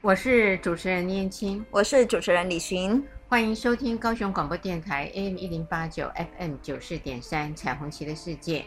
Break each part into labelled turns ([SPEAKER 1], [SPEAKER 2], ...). [SPEAKER 1] 我是主持人燕青，
[SPEAKER 2] 我是主持人李寻。
[SPEAKER 1] 欢迎收听高雄广播电台 AM 一零八九 FM 九四点三《彩虹旗的世界》。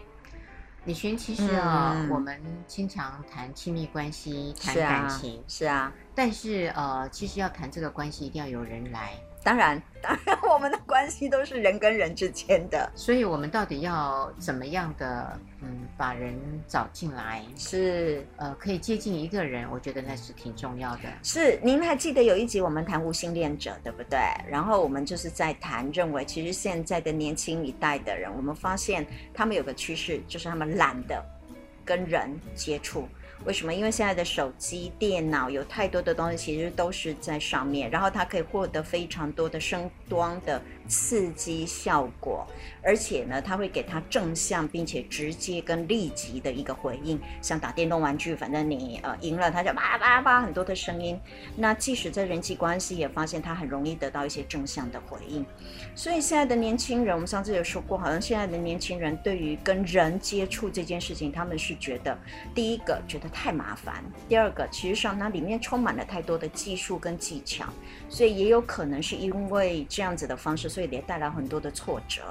[SPEAKER 1] 李寻，其实啊、
[SPEAKER 2] 嗯
[SPEAKER 1] 我们经常谈亲密关系，谈
[SPEAKER 2] 是啊
[SPEAKER 1] 感情，，
[SPEAKER 2] 是啊，
[SPEAKER 1] 但是呃，其实要谈这个关系，一定要有人来。
[SPEAKER 2] 当然， 当然，我们的关系都是人跟人之间的。
[SPEAKER 1] 所以我们到底要怎么样的，嗯，把人找进来，
[SPEAKER 2] 是
[SPEAKER 1] 呃，可以接近一个人，我觉得那是挺重要的。
[SPEAKER 2] 是，您还记得有一集我们谈无性恋者，对不对？然后我们就是在谈，认为其实现在的年轻一代的人，我们发现他们有个趋势，就是他们懒得跟人接触。为什么？因为现在的手机、电脑有太多的东西，其实都是在上面，然后它可以获得非常多的声光的刺激效果，而且呢，它会给他正向并且直接跟立即的一个回应，像打电动玩具，反正你呃赢了，它就叭叭叭很多的声音。那即使在人际关系，也发现它很容易得到一些正向的回应。所以现在的年轻人，我们上次有说过，好像现在的年轻人对于跟人接触这件事情，他们是觉得第一个觉得太麻烦，第二个其实上它里面充满了太多的技术跟技巧，所以也有可能是因为这样子的方式，所以也带来很多的挫折。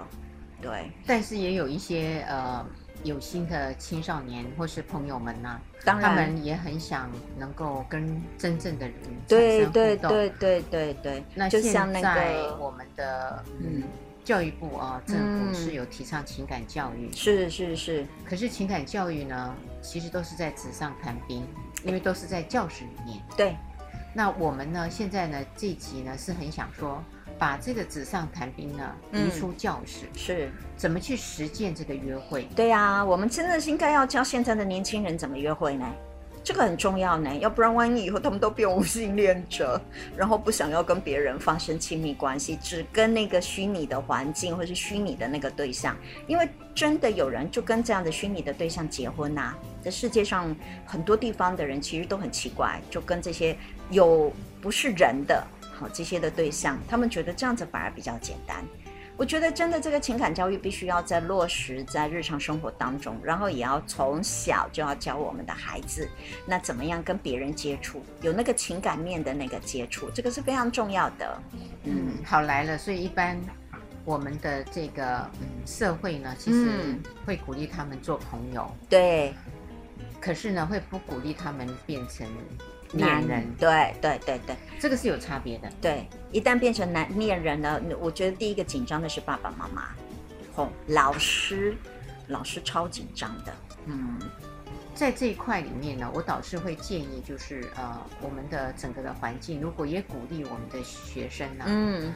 [SPEAKER 2] 对，
[SPEAKER 1] 但是也有一些呃有心的青少年或是朋友们呐、
[SPEAKER 2] 当
[SPEAKER 1] 他
[SPEAKER 2] 然，
[SPEAKER 1] 们也很想能够跟真正的人
[SPEAKER 2] 对
[SPEAKER 1] 产生
[SPEAKER 2] 对
[SPEAKER 1] 互动
[SPEAKER 2] 对对对对，
[SPEAKER 1] 那
[SPEAKER 2] 就
[SPEAKER 1] 现
[SPEAKER 2] 像那
[SPEAKER 1] 在
[SPEAKER 2] 个
[SPEAKER 1] 我们的嗯
[SPEAKER 2] 嗯
[SPEAKER 1] 教育部啊，政府
[SPEAKER 2] 嗯
[SPEAKER 1] 是有提倡情感教育，
[SPEAKER 2] 是是是，
[SPEAKER 1] 可是情感教育呢，其实都是在纸上谈兵，因为都是在教室里面。
[SPEAKER 2] 对，
[SPEAKER 1] 那我们呢，现在呢这一集呢是很想说，把这个纸上谈兵呢移
[SPEAKER 2] 嗯
[SPEAKER 1] 出教室，
[SPEAKER 2] 是。
[SPEAKER 1] 怎么去实践这个约会？
[SPEAKER 2] 对呀、我们真的是应该要教现在的年轻人怎么约会呢？这个很重要呢，要不然万一以后他们都变无性恋者，然后不想要跟别人发生亲密关系，只跟那个虚拟的环境或是虚拟的那个对象，因为真的有人就跟这样的虚拟的对象结婚呐、啊这世界上很多地方的人其实都很奇怪，就跟这些有不是人的好这些的对象，他们觉得这样子反而比较简单。我觉得真的这个情感教育必须要在落实在日常生活当中，然后也要从小就要教我们的孩子，那怎么样跟别人接触，有那个情感面的那个接触，这个是非常重要的。嗯
[SPEAKER 1] 嗯，好来了，所以一般我们的这个嗯社会呢，其实
[SPEAKER 2] 嗯
[SPEAKER 1] 会鼓励他们做朋友，
[SPEAKER 2] 对，
[SPEAKER 1] 可是呢会不鼓励他们变成恋人，
[SPEAKER 2] 对对对对
[SPEAKER 1] 这个是有差别的。
[SPEAKER 2] 对，一旦变成男恋人了，我觉得第一个紧张的是爸爸妈妈，哦，老师，老师超紧张的，嗯，
[SPEAKER 1] 在这一块里面呢，我导师会建议，就是呃，我们的整个的环境，如果也鼓励我们的学生呢、
[SPEAKER 2] 嗯，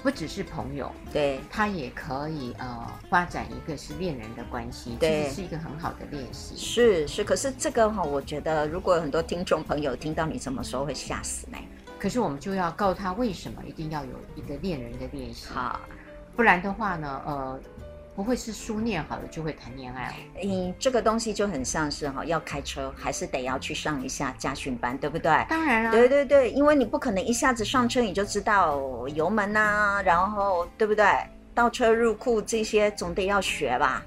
[SPEAKER 1] 不只是朋友，
[SPEAKER 2] 对，
[SPEAKER 1] 他也可以呃发展一个是恋人的关系，
[SPEAKER 2] 对
[SPEAKER 1] 其实是一个很好的练习。
[SPEAKER 2] 是是，可是这个哈、我觉得如果很多听众朋友听到你这么说，会吓死呢。
[SPEAKER 1] 可是我们就要告诉他为什么一定要有一个恋人的练习，
[SPEAKER 2] 好，
[SPEAKER 1] 不然的话呢，呃，不会是书念好了就会谈恋爱哦。
[SPEAKER 2] 嗯，这个东西就很像是哈、要开车还是得要去上一下驾训班，对不对？
[SPEAKER 1] 当然啊啦、
[SPEAKER 2] 对对对，因为你不可能一下子上车你就知道油门呐、然后对不对？倒车入库这些总得要学吧？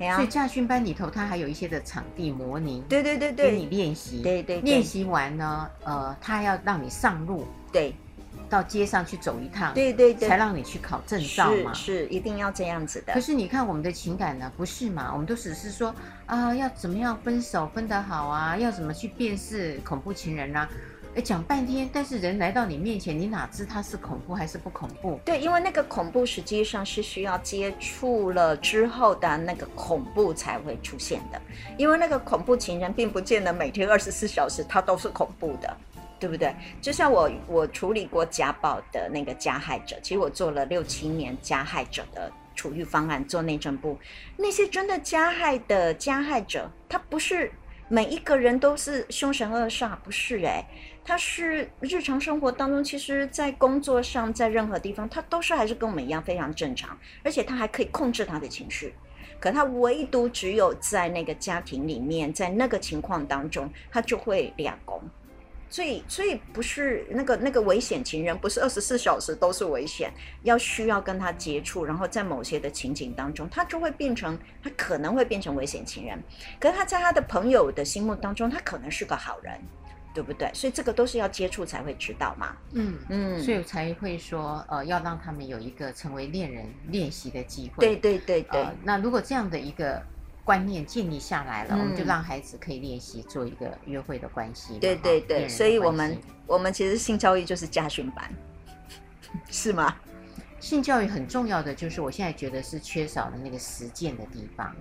[SPEAKER 2] 哎呀
[SPEAKER 1] 所以，驾训班里头，它还有一些的场地模拟，
[SPEAKER 2] 对对对
[SPEAKER 1] 给你
[SPEAKER 2] 对
[SPEAKER 1] 练习。
[SPEAKER 2] 对对
[SPEAKER 1] 练
[SPEAKER 2] 对
[SPEAKER 1] 习完呢，呃，他要让你上路，
[SPEAKER 2] 对
[SPEAKER 1] 到街上去走一趟，
[SPEAKER 2] 对对
[SPEAKER 1] 才
[SPEAKER 2] 对，
[SPEAKER 1] 让你去考证照嘛
[SPEAKER 2] 是。是，一定要这样子
[SPEAKER 1] 可
[SPEAKER 2] 的。
[SPEAKER 1] 是你看我们的情感呢，不是嘛？我们都只是说啊、要怎么样分手分得好啊，要怎么去辨识恐怖情人啊？哎，讲半天，但是人来到你面前，你哪知他是恐怖还是不恐怖？
[SPEAKER 2] 对，因为那个恐怖实际上是需要接触了之后的那个恐怖才会出现的，因为那个恐怖情人并不见得每天二十四小时他都是恐怖的，对不对？就像我我处理过家暴的那个加害者，其实我做了六七年加害者的处遇方案，做内政部，那些真的加害的加害者，他不是每一个人都是凶神恶煞，不是欸诶、他是日常生活当中，其实在工作上，在任何地方，他都是还是跟我们一样非常正常，而且他还可以控制他的情绪。可他唯独只有在那个家庭里面，在那个情况当中，他就会两公。所以，所以不是那个那个危险情人，不是二十四小时都是危险，要需要跟他接触，然后在某些的情景当中，他就会变成，他可能会变成危险情人。可是他在他的朋友的心目当中，他可能是个好人，对不对？所以这个都是要接触才会知道嘛。
[SPEAKER 1] 嗯，
[SPEAKER 2] 嗯，
[SPEAKER 1] 所以才会说，呃，要让他们有一个成为恋人练习的机会。
[SPEAKER 2] 对对对对，
[SPEAKER 1] 呃，那如果这样的一个观念建立下来了，
[SPEAKER 2] 嗯
[SPEAKER 1] 我们就让孩子可以练习做一个约会的关系嘛。啊
[SPEAKER 2] 对对
[SPEAKER 1] 哈
[SPEAKER 2] 对，所以我们我们其实性教育就是家训班， 是吗？
[SPEAKER 1] 性教育很重要的就是，我现在觉得是缺少了那个实践的地方。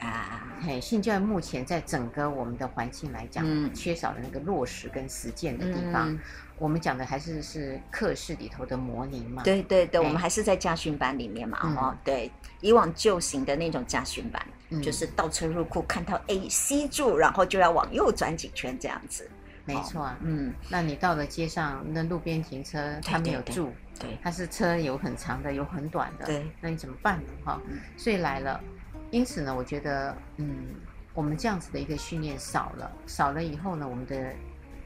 [SPEAKER 2] 啊，
[SPEAKER 1] 嘿，性教育目前在整个我们的环境来讲，
[SPEAKER 2] 嗯
[SPEAKER 1] 缺少了那个落实跟实践的地方。
[SPEAKER 2] 嗯
[SPEAKER 1] 我们讲的还是是课室里头的模拟嘛。
[SPEAKER 2] 对对对，
[SPEAKER 1] 哎
[SPEAKER 2] 我们还是在家训班里面嘛，
[SPEAKER 1] 嗯
[SPEAKER 2] 哦，对，以往旧型的那种家训班，
[SPEAKER 1] 嗯，
[SPEAKER 2] 就是倒车入库，看到 A C 柱，然后就要往右转几圈这样子，
[SPEAKER 1] 没错啊。
[SPEAKER 2] 嗯，
[SPEAKER 1] 那你到了街上，那路边停车，他没有住，
[SPEAKER 2] 对
[SPEAKER 1] 他是车有很长的，有很短的，
[SPEAKER 2] 对，
[SPEAKER 1] 那你怎么办呢？哈、
[SPEAKER 2] 嗯
[SPEAKER 1] 所以来了，因此呢，我觉得，嗯，我们这样子的一个训练少了，少了以后呢，我们的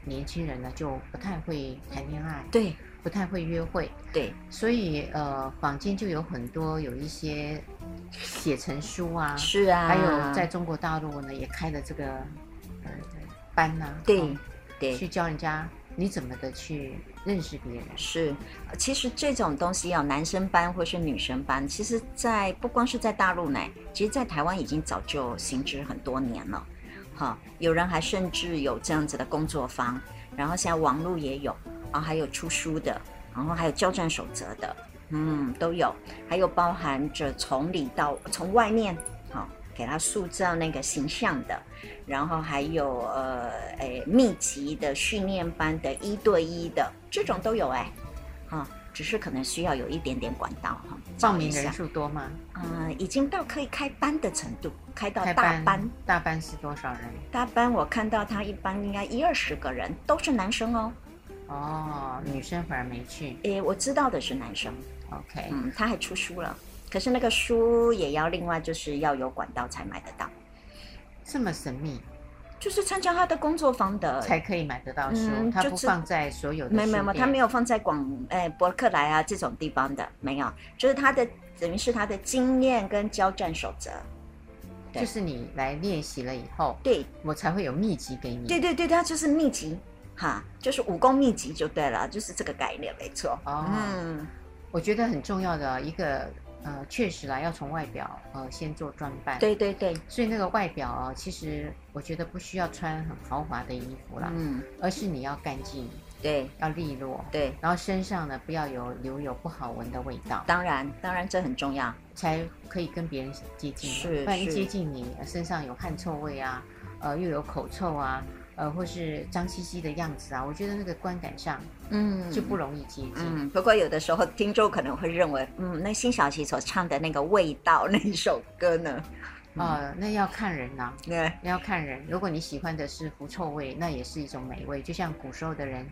[SPEAKER 1] 年轻人呢就不太会谈恋爱，
[SPEAKER 2] 对
[SPEAKER 1] 不太会约会，
[SPEAKER 2] 对，
[SPEAKER 1] 所以呃，坊间就有很多有一些写成书啊，
[SPEAKER 2] 是啊，
[SPEAKER 1] 还有在中国大陆呢也开了这个呃班呐、啊，
[SPEAKER 2] 对
[SPEAKER 1] 嗯
[SPEAKER 2] 对
[SPEAKER 1] 去教人家你怎么的去认识别人。
[SPEAKER 2] 是，呃其实这种东西啊，男生班或是女生班，其实在不光是在大陆呢，其实在台湾已经早就行之很多年了。哈，有人还甚至有这样子的工作坊，然后现在网络也有，啊，还有出书的，然后还有交战守则的，嗯，都有，还有包含着从里到从外面，好、给他塑造那个形象的，然后还有呃，诶，密集的训练班的一对一的，这种都有哎、啊，只是可能需要有一点点管道
[SPEAKER 1] 报
[SPEAKER 2] 哈，找一
[SPEAKER 1] 名
[SPEAKER 2] 下
[SPEAKER 1] 人，数多吗？
[SPEAKER 2] 嗯、已经到可以开班的程度，开到
[SPEAKER 1] 开
[SPEAKER 2] 大班
[SPEAKER 1] 班，大班是多少人？
[SPEAKER 2] 大班我看到他一般应该一二十个人，都是男生哦。
[SPEAKER 1] 哦，
[SPEAKER 2] 嗯
[SPEAKER 1] 女生反而没去。
[SPEAKER 2] 诶，我知道的是男生，
[SPEAKER 1] OK，、
[SPEAKER 2] 嗯，他还出书了，可是那个书也要另外就是要有管道才买得到，
[SPEAKER 1] 这么神秘
[SPEAKER 2] 就是参加他的工作坊的。
[SPEAKER 1] 才可以买得到书，
[SPEAKER 2] 嗯
[SPEAKER 1] 它
[SPEAKER 2] 就
[SPEAKER 1] 不
[SPEAKER 2] 是
[SPEAKER 1] 放在所有的
[SPEAKER 2] 没有没有
[SPEAKER 1] 书
[SPEAKER 2] 没有，
[SPEAKER 1] 店
[SPEAKER 2] 他没有放在广诶伯克莱啊这种地方的，没有，就是他的等于是他的经验跟交战守则。对
[SPEAKER 1] 就是你来练习了以后，
[SPEAKER 2] 对
[SPEAKER 1] 我才会有秘籍给你。
[SPEAKER 2] 对对对，他就是秘籍哈，就是武功秘籍就对了，就是这个概念没错。
[SPEAKER 1] 哦
[SPEAKER 2] 嗯，
[SPEAKER 1] 我觉得很重要的一个呃，确实啦，要从外表呃先做装扮。，
[SPEAKER 2] 对对对，
[SPEAKER 1] 所以那个外表哦，其实我觉得不需要穿很豪华的衣服啦，
[SPEAKER 2] 嗯，
[SPEAKER 1] 而是你要干净，
[SPEAKER 2] 对
[SPEAKER 1] 要利落，
[SPEAKER 2] 对，
[SPEAKER 1] 然后身上呢不要有留有不好闻的味道，
[SPEAKER 2] 当然当然这很重要。
[SPEAKER 1] 才可以跟别人接近嘛。
[SPEAKER 2] 是
[SPEAKER 1] 不然一
[SPEAKER 2] 是
[SPEAKER 1] 接近你，呃身上有汗臭味啊，呃，又有口臭啊，呃，或是脏兮兮的样子啊，我觉得那个观感上
[SPEAKER 2] 嗯，
[SPEAKER 1] 就不容易接近。
[SPEAKER 2] 嗯，不过有的时候听众可能会认为，嗯，那辛晓琪所唱的那个味道那一首歌呢， 嗯
[SPEAKER 1] 呃，那要看人呐、
[SPEAKER 2] 那
[SPEAKER 1] 要看人。如果你喜欢的是狐臭味，那也是一种美味。就像古时候的人，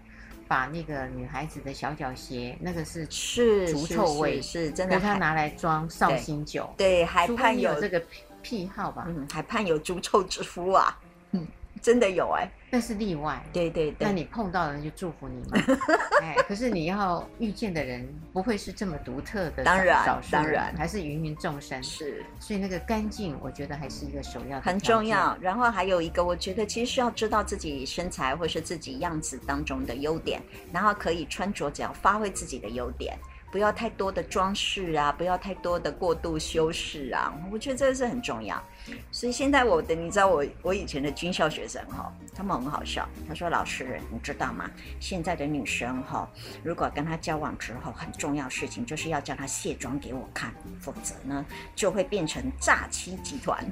[SPEAKER 1] 把那个女孩子的小脚鞋，那个是
[SPEAKER 2] 是
[SPEAKER 1] 除
[SPEAKER 2] 是
[SPEAKER 1] 臭味
[SPEAKER 2] 是是真的
[SPEAKER 1] 让他
[SPEAKER 2] 还，
[SPEAKER 1] 拿来装绍兴酒，
[SPEAKER 2] 对，还
[SPEAKER 1] 除非
[SPEAKER 2] 盼
[SPEAKER 1] 你
[SPEAKER 2] 有
[SPEAKER 1] 有这个癖癖好吧，
[SPEAKER 2] 嗯，还盼有猪臭之夫啊，嗯，真的有哎、
[SPEAKER 1] 那是例外。
[SPEAKER 2] 对对
[SPEAKER 1] 那
[SPEAKER 2] 对，
[SPEAKER 1] 你碰到的人就祝福你嘛， 哎，可是你要遇见的人不会是这么独特的少，
[SPEAKER 2] 当然
[SPEAKER 1] 少数
[SPEAKER 2] 当
[SPEAKER 1] 人
[SPEAKER 2] 然
[SPEAKER 1] 还是芸芸众生，
[SPEAKER 2] 是
[SPEAKER 1] 所以那个干净，我觉得还是一个首要的，
[SPEAKER 2] 很重。要。然后还有一个，我觉得其实是要知道自己身材或是自己样子当中的优点，然后可以穿着只要发挥自己的优点。不要太多的装饰啊，不要太多的过度修饰啊，我觉得这是很重要。所以现在我的，你知道我我以前的军校学生哈、他们很好笑，他说老师，你知道吗？现在的女生哈、如果跟她交往之后，很重要的事情就是要叫她卸妆给我看，否则呢就会变成诈欺集团。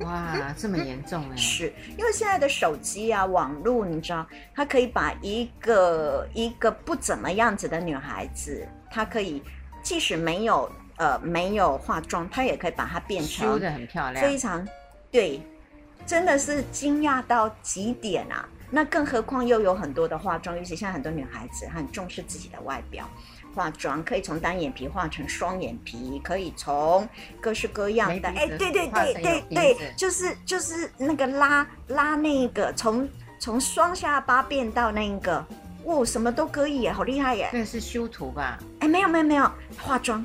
[SPEAKER 1] 哇，这么严重哎、
[SPEAKER 2] 是因为现在的手机啊、网络，你知道，它可以把一个一个不怎么样子的女孩子，她可以即使没有呃没有化妆，她也可以把它变
[SPEAKER 1] 修
[SPEAKER 2] 成
[SPEAKER 1] 的很漂亮，
[SPEAKER 2] 非常对，真的是惊讶到极点啊！那更何况又有很多的化妆，尤其现在很多女孩子她很重视自己的外表，化妆可以从单眼皮画成双眼皮，可以从各式各样的，
[SPEAKER 1] 没鼻子
[SPEAKER 2] 哎，对对
[SPEAKER 1] 画
[SPEAKER 2] 对
[SPEAKER 1] 成有
[SPEAKER 2] 对
[SPEAKER 1] 鼻
[SPEAKER 2] 对
[SPEAKER 1] 子，
[SPEAKER 2] 就是就是那个拉拉那个从从双下巴变到那个，哇，什么都可以耶，好厉害耶！
[SPEAKER 1] 那个是修图吧？
[SPEAKER 2] 哎，没有没有没有，化妆。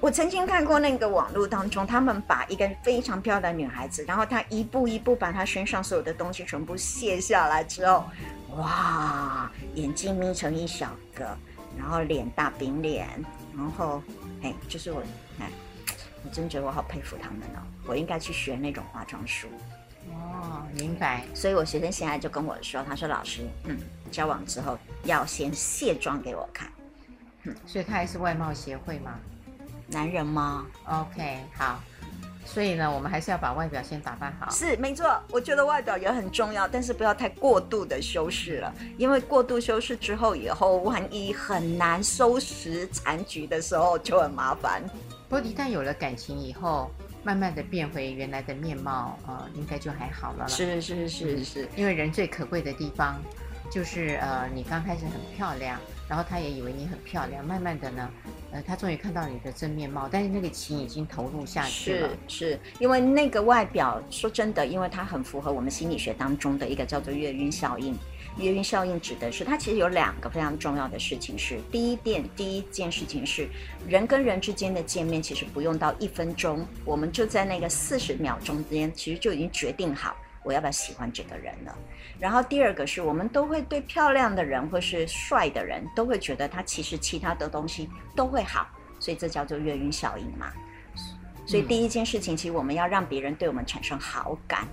[SPEAKER 2] 我曾经看过那个网络当中，他们把一个非常漂亮的女孩子，然后她一步一步把她身上所有的东西全部卸下来之后，哇，眼睛眯成一小个，然后脸大饼脸，然后哎，就是我哎，我真觉得我好佩服他们哦，我应该去学那种化妆术。
[SPEAKER 1] 哦，明白。
[SPEAKER 2] 所以我学生现在就跟我说，他说老师，嗯，交往之后要先卸妆给我看，
[SPEAKER 1] 所以他还是外貌协会嘛。
[SPEAKER 2] 男人吗？
[SPEAKER 1] OK，好。所以呢，我们还是要把外表先打扮好。
[SPEAKER 2] 是没错，我觉得外表也很重要，但是不要太过度的修饰了，因为过度修饰之后，以后万一很难收拾残局的时候就很麻烦。
[SPEAKER 1] 不过一旦有了感情以后，慢慢的变回原来的面貌，呃，应该就还好了啦。
[SPEAKER 2] 是是是是，
[SPEAKER 1] 因为人最可贵的地方，就是呃，你刚开始很漂亮，然后他也以为你很漂亮，慢慢的呢，呃，他终于看到你的真面貌，但是那个情已经投入下去
[SPEAKER 2] 是
[SPEAKER 1] 了。
[SPEAKER 2] 是，因为那个外表，说真的，因为它很符合我们心理学当中的一个叫做月晕效应。月晕效应指的是，它其实有两个非常重要的事情是：第一点，第一件事情是人跟人之间的见面，其实不用到一分钟，我们就在那个四十秒中间，其实就已经决定好我要不要喜欢这个人了。然后第二个是我们都会对漂亮的人或是帅的人，都会觉得他其实其他的东西都会好，所以这叫做月晕效应嘛。所以
[SPEAKER 1] 嗯
[SPEAKER 2] 第一件事情，其实我们要让别人对我们产生好感。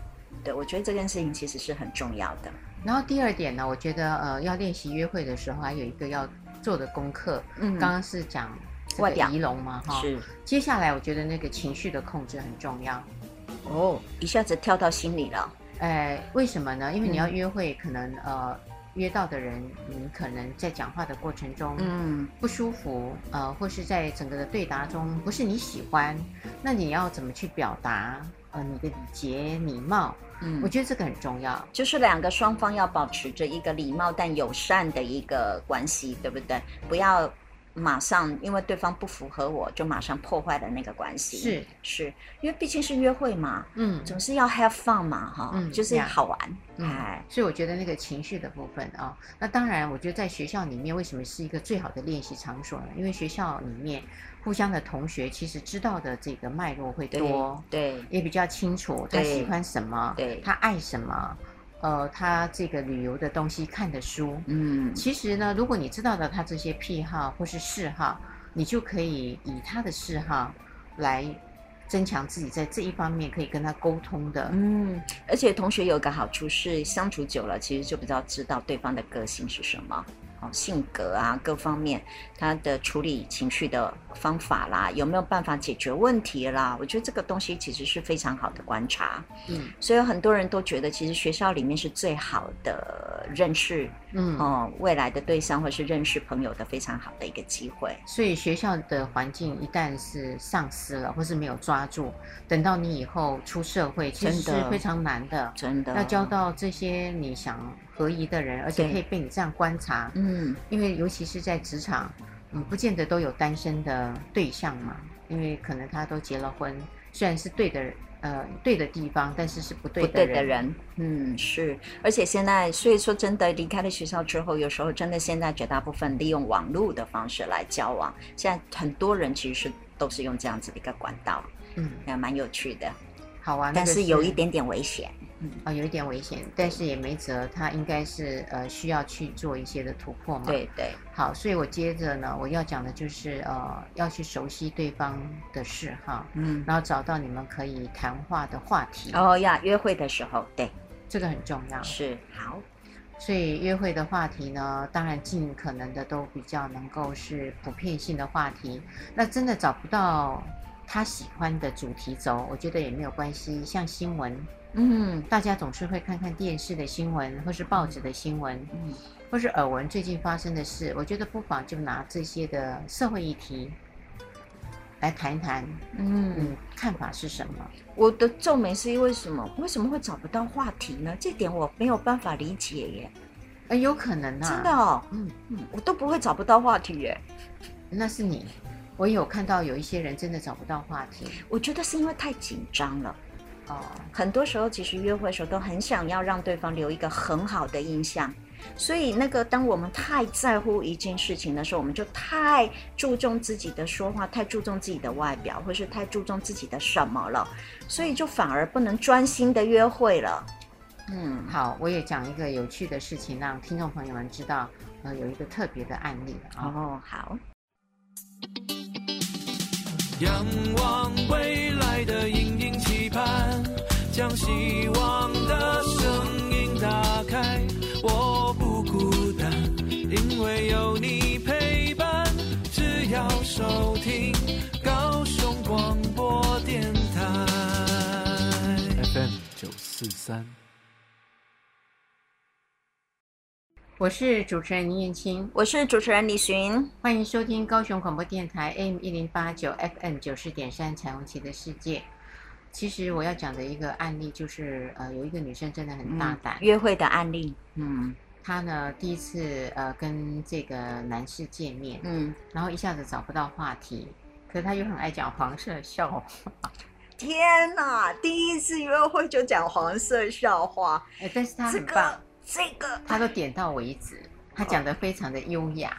[SPEAKER 2] 对，我觉得这件事情其实是很重要的。
[SPEAKER 1] 然后第二点呢，我觉得呃，要练习约会的时候，还有一个要做的功课，
[SPEAKER 2] 嗯
[SPEAKER 1] 刚刚是讲这
[SPEAKER 2] 外
[SPEAKER 1] 个
[SPEAKER 2] 表
[SPEAKER 1] 仪容嘛，哈。
[SPEAKER 2] 是
[SPEAKER 1] 接下来我觉得那个情绪的控制很重要。
[SPEAKER 2] 哦，一下子跳到心里了。
[SPEAKER 1] 呃，为什么呢？因为
[SPEAKER 2] 嗯
[SPEAKER 1] 你要约会，可能呃约到的人，你可能在讲话的过程中
[SPEAKER 2] 嗯，
[SPEAKER 1] 不舒服，呃，或是在整个的对答中不是你喜欢，那你要怎么去表达？呃，你的礼节、礼貌，
[SPEAKER 2] 嗯
[SPEAKER 1] 我觉得这个很重要。
[SPEAKER 2] 就是两个双方要保持着一个礼貌但友善的一个关系，对不对？不要马上因为对方不符合我就马上破坏了那个关系。
[SPEAKER 1] 是
[SPEAKER 2] 是，因为毕竟是约会嘛，
[SPEAKER 1] 嗯，
[SPEAKER 2] 总是要 have fun 嘛，哈、
[SPEAKER 1] 嗯
[SPEAKER 2] 就是
[SPEAKER 1] 呀
[SPEAKER 2] 好玩。
[SPEAKER 1] 嗯
[SPEAKER 2] 哎、
[SPEAKER 1] 所以我觉得那个情绪的部分啊、那当然，我觉得在学校里面为什么是一个最好的练习场所呢？因为学校里面互相的同学其实知道的这个脉络会多，
[SPEAKER 2] 对。对
[SPEAKER 1] 也比较清楚他
[SPEAKER 2] 对
[SPEAKER 1] 喜欢什么，
[SPEAKER 2] 对
[SPEAKER 1] 他爱什么，呃，他这个旅游的东西看的书。
[SPEAKER 2] 嗯，
[SPEAKER 1] 其实呢，如果你知道了他这些癖好或是嗜好，你就可以以他的嗜好来增强自己在这一方面可以跟他沟通的。
[SPEAKER 2] 嗯，而且同学有个好处是，相处久了，其实就比较知道对方的个性是什么，哦，性格啊，各方面他的处理情绪的方法啦，有没有办法解决问题啦？我觉得这个东西其实是非常好的观察，
[SPEAKER 1] 嗯
[SPEAKER 2] 所以很多人都觉得，其实学校里面是最好的认识
[SPEAKER 1] 嗯。
[SPEAKER 2] 哦未来的对象或是认识朋友的非常好的一个机会。
[SPEAKER 1] 所以学校的环境一旦是丧失了，或是没有抓住，等到你以后出社会，其实
[SPEAKER 2] 真的
[SPEAKER 1] 是非常难的。
[SPEAKER 2] 真的
[SPEAKER 1] 要交，到这些你想合宜的人，而且
[SPEAKER 2] 对
[SPEAKER 1] 可以被你这样观察，
[SPEAKER 2] 嗯，
[SPEAKER 1] 因为尤其是在职场，嗯，不见得都有单身的对象嘛，因为可能他都结了婚，虽然是对的人，呃，对的地方，但是是不对
[SPEAKER 2] 不
[SPEAKER 1] 的
[SPEAKER 2] 对
[SPEAKER 1] 人。
[SPEAKER 2] 的人，嗯，是，而且现在，所以说真的离开了学校之后，有时候真的现在绝大部分利用网络的方式来交往，现在很多人其实是都是用这样子的一个管道，
[SPEAKER 1] 嗯，
[SPEAKER 2] 还蛮有趣的，
[SPEAKER 1] 好啊，
[SPEAKER 2] 但
[SPEAKER 1] 那个
[SPEAKER 2] 是有一点点危险，
[SPEAKER 1] 啊、有一点危险，但是也没辙，他应该是呃需要去做一些的突破嘛。
[SPEAKER 2] 对对，
[SPEAKER 1] 好，所以我接着呢，我要讲的就是呃，要去熟悉对方的嗜好，
[SPEAKER 2] 嗯，
[SPEAKER 1] 然后找到你们可以谈话的话题，
[SPEAKER 2] 哦呀，约会的时候，对，
[SPEAKER 1] 这个很重要。
[SPEAKER 2] 是好，
[SPEAKER 1] 所以约会的话题呢，当然尽可能的都比较能够是普遍性的话题。那真的找不到他喜欢的主题轴，我觉得也没有关系。像新闻，
[SPEAKER 2] 嗯
[SPEAKER 1] 大家总是会看看电视的新闻，或是报纸的新闻，
[SPEAKER 2] 嗯
[SPEAKER 1] 或是耳闻最近发生的事，我觉得不妨就拿这些的社会议题来谈一谈，
[SPEAKER 2] 嗯，
[SPEAKER 1] 嗯，看法是什么？
[SPEAKER 2] 我的皱眉是因为什么？为什么会找不到话题呢？这点我没有办法理解耶，
[SPEAKER 1] 呃，有可能啊，
[SPEAKER 2] 真的，哦，
[SPEAKER 1] 嗯，
[SPEAKER 2] 嗯，我都不会找不到话题耶。
[SPEAKER 1] 那是你。我有看到有一些人真的找不到话题
[SPEAKER 2] 我觉得是因为太紧张了。
[SPEAKER 1] 哦，
[SPEAKER 2] 很多时候，其实约会的时候都很想要让对方留一个很好的印象，所以那个当我们太在乎一件事情的时候，我们就太注重自己的说话，太注重自己的外表，或是太注重自己的什么了，所以就反而不能专心的约会了。嗯，
[SPEAKER 1] 好，我也讲一个有趣的事情，让听众朋友们知道，呃，有一个特别的案例啊、
[SPEAKER 2] 哦，好，
[SPEAKER 3] 仰望未来的隐隐期盼，将希望的声音打开。我不孤单，因为有你陪伴。只要收听高雄广播电台 FM 九四三。
[SPEAKER 1] 我是主持人倪燕青，
[SPEAKER 2] 我是主持人李寻。
[SPEAKER 1] 欢迎收听高雄广播电台 AM 一零八九 FM 九十点三《彩虹旗的世界》。其实我要讲的一个案例就是，呃，有一个女生真的
[SPEAKER 2] 嗯
[SPEAKER 1] 很大胆，
[SPEAKER 2] 约会的案例，嗯
[SPEAKER 1] 她呢第一次呃跟这个男士见面，
[SPEAKER 2] 嗯，
[SPEAKER 1] 然后一下子找不到话题，可是她又很爱讲黄色笑
[SPEAKER 2] 哦
[SPEAKER 1] 话，
[SPEAKER 2] 天哪，第一次约会就讲黄色笑话，
[SPEAKER 1] 哎，但是她
[SPEAKER 2] 这
[SPEAKER 1] 很棒
[SPEAKER 2] 个，这个，
[SPEAKER 1] 她都点到为止，她讲的非常的优雅。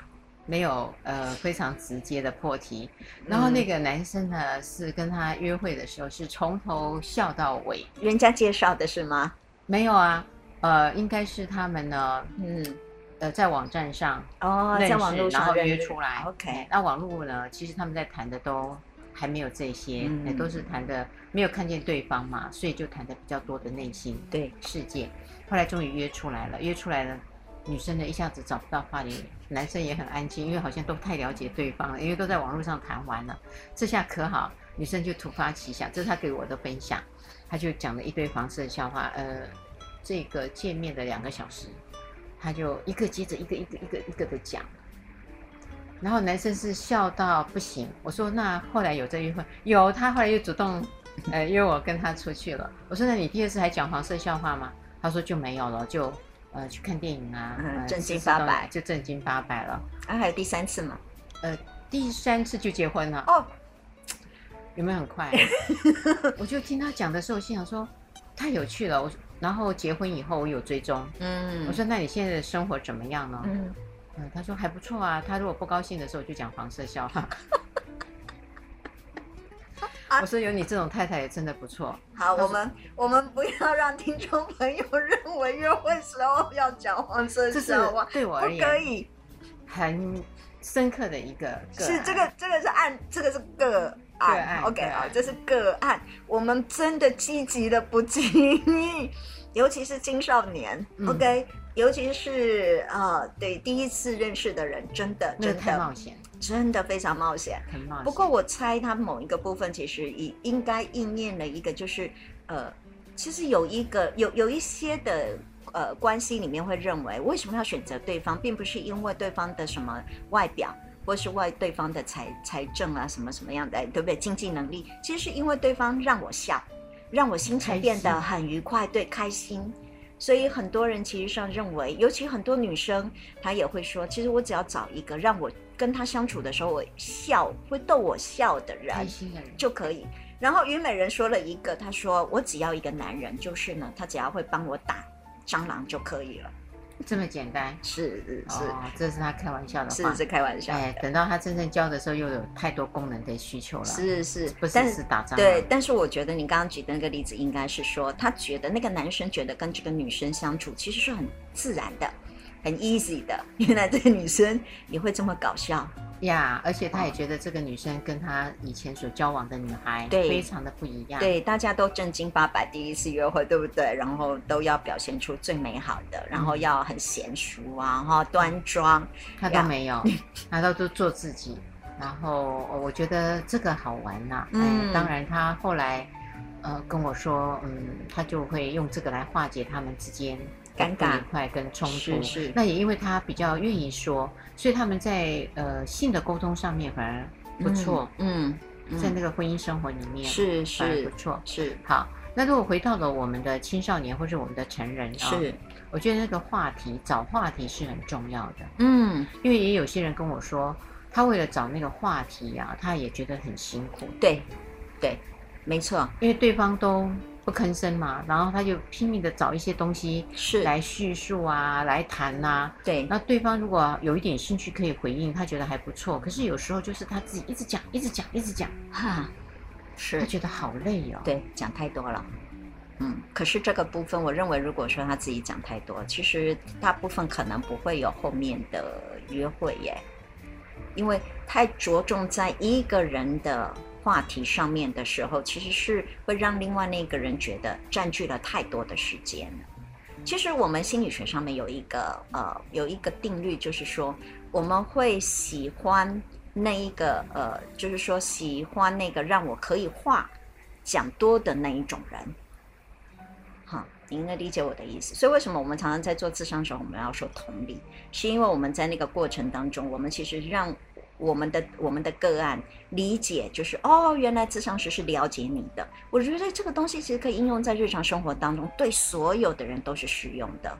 [SPEAKER 1] 没有，呃，非常直接的破题。然后那个男生呢，是跟她约会的时候是从头笑到尾，
[SPEAKER 2] 人家介绍的是吗？
[SPEAKER 1] 没有啊，呃，应该是他们呢，
[SPEAKER 2] 嗯，
[SPEAKER 1] 呃，在网站上
[SPEAKER 2] 哦，
[SPEAKER 1] 认识，
[SPEAKER 2] 在网络
[SPEAKER 1] 然后
[SPEAKER 2] 上
[SPEAKER 1] 约
[SPEAKER 2] 认识
[SPEAKER 1] 出来。哎
[SPEAKER 2] ，OK，
[SPEAKER 1] 那网络呢，其实他们在谈的都还没有这些，哎
[SPEAKER 2] 嗯
[SPEAKER 1] 也都是谈的没有看见对方嘛，所以就谈的比较多的内心
[SPEAKER 2] 对，
[SPEAKER 1] 世界。后来终于约出来了，约出来了。女生呢一下子找不到话题，男生也很安静，因为好像都太了解对方了，因为都在网络上谈完了。这下可好，女生就突发奇想，这是她给我的分享，她就讲了一堆黄色笑话。呃，这个见面的两个小时，她就一个接着一个一个一个一个的讲，然后男生是笑到不行。我说那后来有这约会，有他后来又主动，呃，约我跟他出去了。我说那你第二次还讲黄色笑话吗？他说就没有了，就呃去看电影啊，
[SPEAKER 2] 嗯
[SPEAKER 1] 呃
[SPEAKER 2] 正经
[SPEAKER 1] 吃吃东西
[SPEAKER 2] 八百
[SPEAKER 1] 就正经八百了。
[SPEAKER 2] 啊，还有第三次嘛？
[SPEAKER 1] 第三次就结婚了，
[SPEAKER 2] 哦，
[SPEAKER 1] 有没有很 快？我就听他讲的时候，心想说太有趣了。我说然后结婚以后，我有追踪。
[SPEAKER 2] 嗯，
[SPEAKER 1] 我说：“那你现在的生活怎么样呢？”
[SPEAKER 2] 嗯，
[SPEAKER 1] 嗯，他说还不错啊。他如果不高兴的时候，就讲黄色笑 话。我说有你这种太太也真的不错。
[SPEAKER 2] 好，
[SPEAKER 1] 那
[SPEAKER 2] 我们我们不要让听众朋友认为约会时候要讲黄色
[SPEAKER 1] 这是
[SPEAKER 2] 笑话，
[SPEAKER 1] 对我
[SPEAKER 2] 啊不
[SPEAKER 1] 而
[SPEAKER 2] 可
[SPEAKER 1] 言
[SPEAKER 2] 以，
[SPEAKER 1] 很深刻的一个个
[SPEAKER 2] 是
[SPEAKER 1] 案
[SPEAKER 2] 这个这个是案，这个是个
[SPEAKER 1] 个案
[SPEAKER 2] 案，OK
[SPEAKER 1] 个案
[SPEAKER 2] 好，这是个案，我们真的积极的不经意，尤其是青少年、
[SPEAKER 1] 嗯
[SPEAKER 2] o k 尤其是呃，对第一次认识的人，真的
[SPEAKER 1] 那个
[SPEAKER 2] 真
[SPEAKER 1] 太冒
[SPEAKER 2] 的
[SPEAKER 1] 险，
[SPEAKER 2] 真的非常冒险。
[SPEAKER 1] 很冒险。
[SPEAKER 2] 不过我猜他某一个部分其实也应该应验了一个，就是呃，其实有一个有有一些的呃关系里面会认为，为什么要选择对方，并不是因为对方的什么外表。或是为对方的财财政啊，什么什么样的，对不对？经济能力，其实是因为对方让我笑，让我心
[SPEAKER 1] 开
[SPEAKER 2] 情变得
[SPEAKER 1] 心
[SPEAKER 2] 很愉快，对，开心。所以很多人其实上认为，尤其很多女生，她也会说，其实我只要找一个让我跟她相处的时候我笑，会逗我笑的
[SPEAKER 1] 开
[SPEAKER 2] 人
[SPEAKER 1] 心的人
[SPEAKER 2] 就可以。然后虞美人说了一个，她说我只要一个男人，就是呢，他只要会帮我打蟑螂就可以了。
[SPEAKER 1] 这么简单，
[SPEAKER 2] 是是是、
[SPEAKER 1] 哦，这是他开玩笑的话。
[SPEAKER 2] 是是开玩笑，
[SPEAKER 1] 哎，等到他真正教的时候，又有太多功能的需求了，
[SPEAKER 2] 是是，
[SPEAKER 1] 不是
[SPEAKER 2] 但
[SPEAKER 1] 是打仗
[SPEAKER 2] 对，但是我觉得你刚刚举的那个例子，应该是说他觉得那个男生觉得跟这个女生相处其实是很自然的，很 easy 的。原来这个女生也会这么搞笑，
[SPEAKER 1] 呀，而且
[SPEAKER 2] 嗯
[SPEAKER 1] 他也觉得这个女生跟他以前所交往的女孩
[SPEAKER 2] 对
[SPEAKER 1] 非常的不一样。
[SPEAKER 2] 对，大家都正经八百第一次约会，对不对？然后都要表现出最美好的，然
[SPEAKER 1] 嗯
[SPEAKER 2] 后要很娴熟啊，哈，端庄。
[SPEAKER 1] 他都没有，他都都做自己。然后呃我觉得这个好玩呐、嗯、
[SPEAKER 2] 嗯
[SPEAKER 1] 当然他后来呃跟我说，嗯，他就会用这个来化解他们之间的
[SPEAKER 2] 尴
[SPEAKER 1] 不
[SPEAKER 2] 尬
[SPEAKER 1] 愉快跟冲突。
[SPEAKER 2] 是是
[SPEAKER 1] 那也因为他比较愿意说，所以他们在呃性的沟通上面反而不错，
[SPEAKER 2] 嗯，嗯
[SPEAKER 1] 在那个婚姻生活里面
[SPEAKER 2] 是
[SPEAKER 1] 反而不
[SPEAKER 2] 是
[SPEAKER 1] 错。
[SPEAKER 2] 是
[SPEAKER 1] 好，那如果回到了我们的青少年或是我们的成人啊、
[SPEAKER 2] 是，
[SPEAKER 1] 我觉得那个话题找话题是很重要的。
[SPEAKER 2] 嗯，
[SPEAKER 1] 因为也有些人跟我说，他为了找那个话题啊，他也觉得很辛苦，
[SPEAKER 2] 对对，没错。
[SPEAKER 1] 因为对方都不吭声嘛，然后他就拼命的找一些东西
[SPEAKER 2] 是
[SPEAKER 1] 来叙述啊，来谈呐、
[SPEAKER 2] 对，
[SPEAKER 1] 那对方如果有一点兴趣可以回应，他觉得还不错。可是有时候就是他自己一直讲，一直讲，一直讲，
[SPEAKER 2] 哈，
[SPEAKER 1] 他
[SPEAKER 2] 是，
[SPEAKER 1] 觉得好累哦。，
[SPEAKER 2] 对，讲太多了。嗯，可是这个部分，我认为如果说他自己讲太多，其实大部分可能不会有后面的约会耶，因为太着重在一个人的话题上面的时候，其实是会让另外那个人觉得占据了太多的时间了。其实我们心理学上面有一个呃有一个定律，就是说我们会喜欢那一个呃，就是说喜欢那个让我可以话讲多的那一种人。好，您能理解我的意思？所以为什么我们常常在做智商的时候，我们要说同理，是因为我们在那个过程当中，我们其实让我们的我们的个案理解，就是哦，原来智商师是了解你的。我觉得这个东西其实可以应用在日常生活当中，对所有的人都是适用的。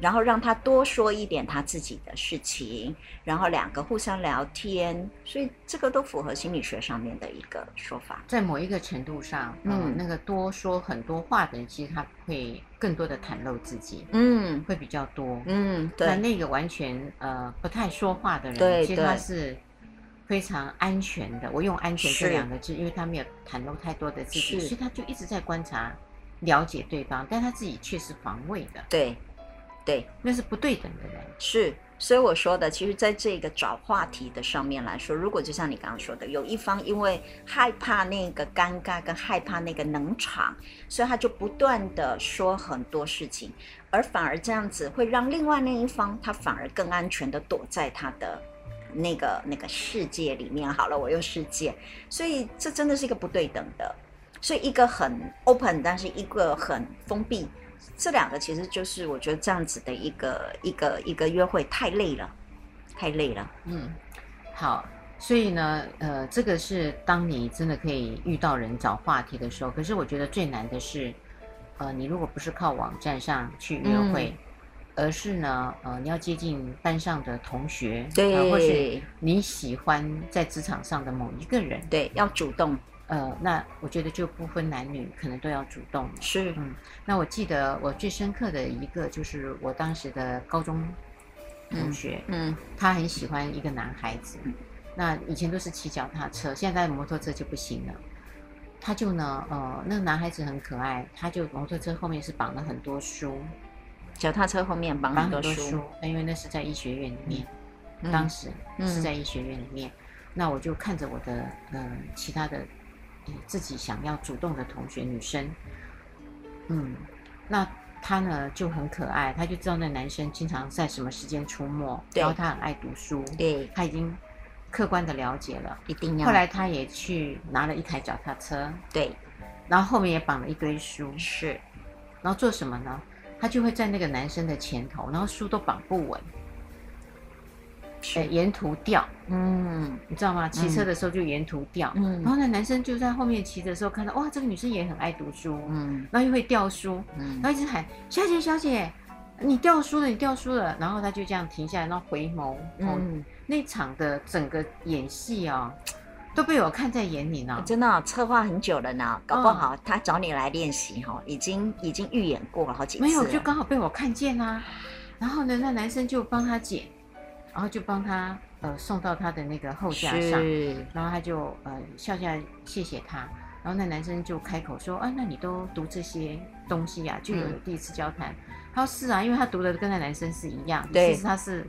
[SPEAKER 2] 然后让他多说一点他自己的事情，然后两个互相聊天，所以这个都符合心理学上面的一个说法。
[SPEAKER 1] 在某一个程度上，
[SPEAKER 2] 嗯
[SPEAKER 1] 嗯，那个多说很多话的人，其实他会更多的袒露自己，
[SPEAKER 2] 嗯
[SPEAKER 1] 会比较多。
[SPEAKER 2] 嗯，
[SPEAKER 1] 那
[SPEAKER 2] 对
[SPEAKER 1] 那个完全呃不太说话的人，
[SPEAKER 2] 对
[SPEAKER 1] 其实他
[SPEAKER 2] 对
[SPEAKER 1] 是非常安全的。我用安全
[SPEAKER 2] 是
[SPEAKER 1] 这两个字，因为他没有袒露太多的自己，
[SPEAKER 2] 是
[SPEAKER 1] 所以他就一直在观察、了解对方，但他自己却是防卫的，
[SPEAKER 2] 对对，
[SPEAKER 1] 那是不对等的人。
[SPEAKER 2] 是，所以我说的，其实在这个找话题的上面来说，如果就像你刚刚说的，有一方因为害怕那个尴尬跟害怕那个冷场，所以他就不断的说很多事情，而反而这样子会让另外那一方他反而更安全的躲在他的。那个那个世界里面，好了，我用世界，所以这真的是一个不对等的，所以一个很 open，但是一个很封闭，这两个其实就是我觉得这样子的一个一个一个约会太累了，太累了。
[SPEAKER 1] 嗯，好，所以呢，呃，这个是当你真的可以遇到人找话题的时候，可是我觉得最难的是，呃，你如果不是靠网站上去约会，而是呢，呃，你要接近班上的同学，呃或是
[SPEAKER 2] 对
[SPEAKER 1] 你喜欢在职场上的某一个人，
[SPEAKER 2] 对，要主动
[SPEAKER 1] 呃，那我觉得就不分男女，可能都要主动。
[SPEAKER 2] 是
[SPEAKER 1] 嗯那我记得我最深刻的一个就是我当时的高中同学，
[SPEAKER 2] 嗯
[SPEAKER 1] 他很喜欢一个男孩子，那以前都是骑脚踏车，现在摩托车就不行了。他就呢，呃，那个男孩子很可爱，他就摩托车后面是绑了很多书，
[SPEAKER 2] 脚踏车后面绑
[SPEAKER 1] 绑
[SPEAKER 2] 嗯很
[SPEAKER 1] 很
[SPEAKER 2] 多
[SPEAKER 1] 多
[SPEAKER 2] 书，
[SPEAKER 1] 书，因为那是在医学院里面，
[SPEAKER 2] 嗯
[SPEAKER 1] 当时
[SPEAKER 2] 嗯
[SPEAKER 1] 是在医学院里面。那我就看着我的呃其他的呃自己想要主动的同学女生，嗯，那她呢就很可爱，她就知道那男生经常在什么时间出没，
[SPEAKER 2] 对
[SPEAKER 1] 然后他很爱读书，
[SPEAKER 2] 对，
[SPEAKER 1] 他已经客观的了解了。
[SPEAKER 2] 一定要
[SPEAKER 1] 后来他也去拿了一台脚踏车，
[SPEAKER 2] 对
[SPEAKER 1] 然后后面也绑了一堆书，
[SPEAKER 2] 是
[SPEAKER 1] 然后做什么呢？他就会在那个男生的前头，然后书都绑不稳，
[SPEAKER 2] 是
[SPEAKER 1] 呃，沿途掉，
[SPEAKER 2] 嗯
[SPEAKER 1] 你知道吗？骑车的时候就沿途掉，
[SPEAKER 2] 嗯
[SPEAKER 1] 然后那男生就在后面骑的时候看到，哇，这个女生也很爱读书，
[SPEAKER 2] 嗯
[SPEAKER 1] 然后又会掉书，
[SPEAKER 2] 嗯
[SPEAKER 1] 然后一直喊小姐小姐，你掉书了，你掉书了，然后他就这样停下来，然后回眸，嗯，
[SPEAKER 2] 嗯，
[SPEAKER 1] 那场的整个演戏啊、都被我看在眼里呢。
[SPEAKER 2] 真的哦策划很久了呢，搞不
[SPEAKER 1] 嗯
[SPEAKER 2] 好他找你来练习哈，已经已经预演过了好几次了，
[SPEAKER 1] 没有，就刚好被我看见啦、然后呢，那男生就帮他捡，然后就帮他呃送到他的那个后架上，
[SPEAKER 2] 是
[SPEAKER 1] 然后他就呃笑笑谢谢他。然后那男生就开口说：“啊，那你都读这些东西呀、就有
[SPEAKER 2] 嗯
[SPEAKER 1] 第一次交谈。他说：“是啊，因为他读的跟那男生是一样，
[SPEAKER 2] 对
[SPEAKER 1] 其实他是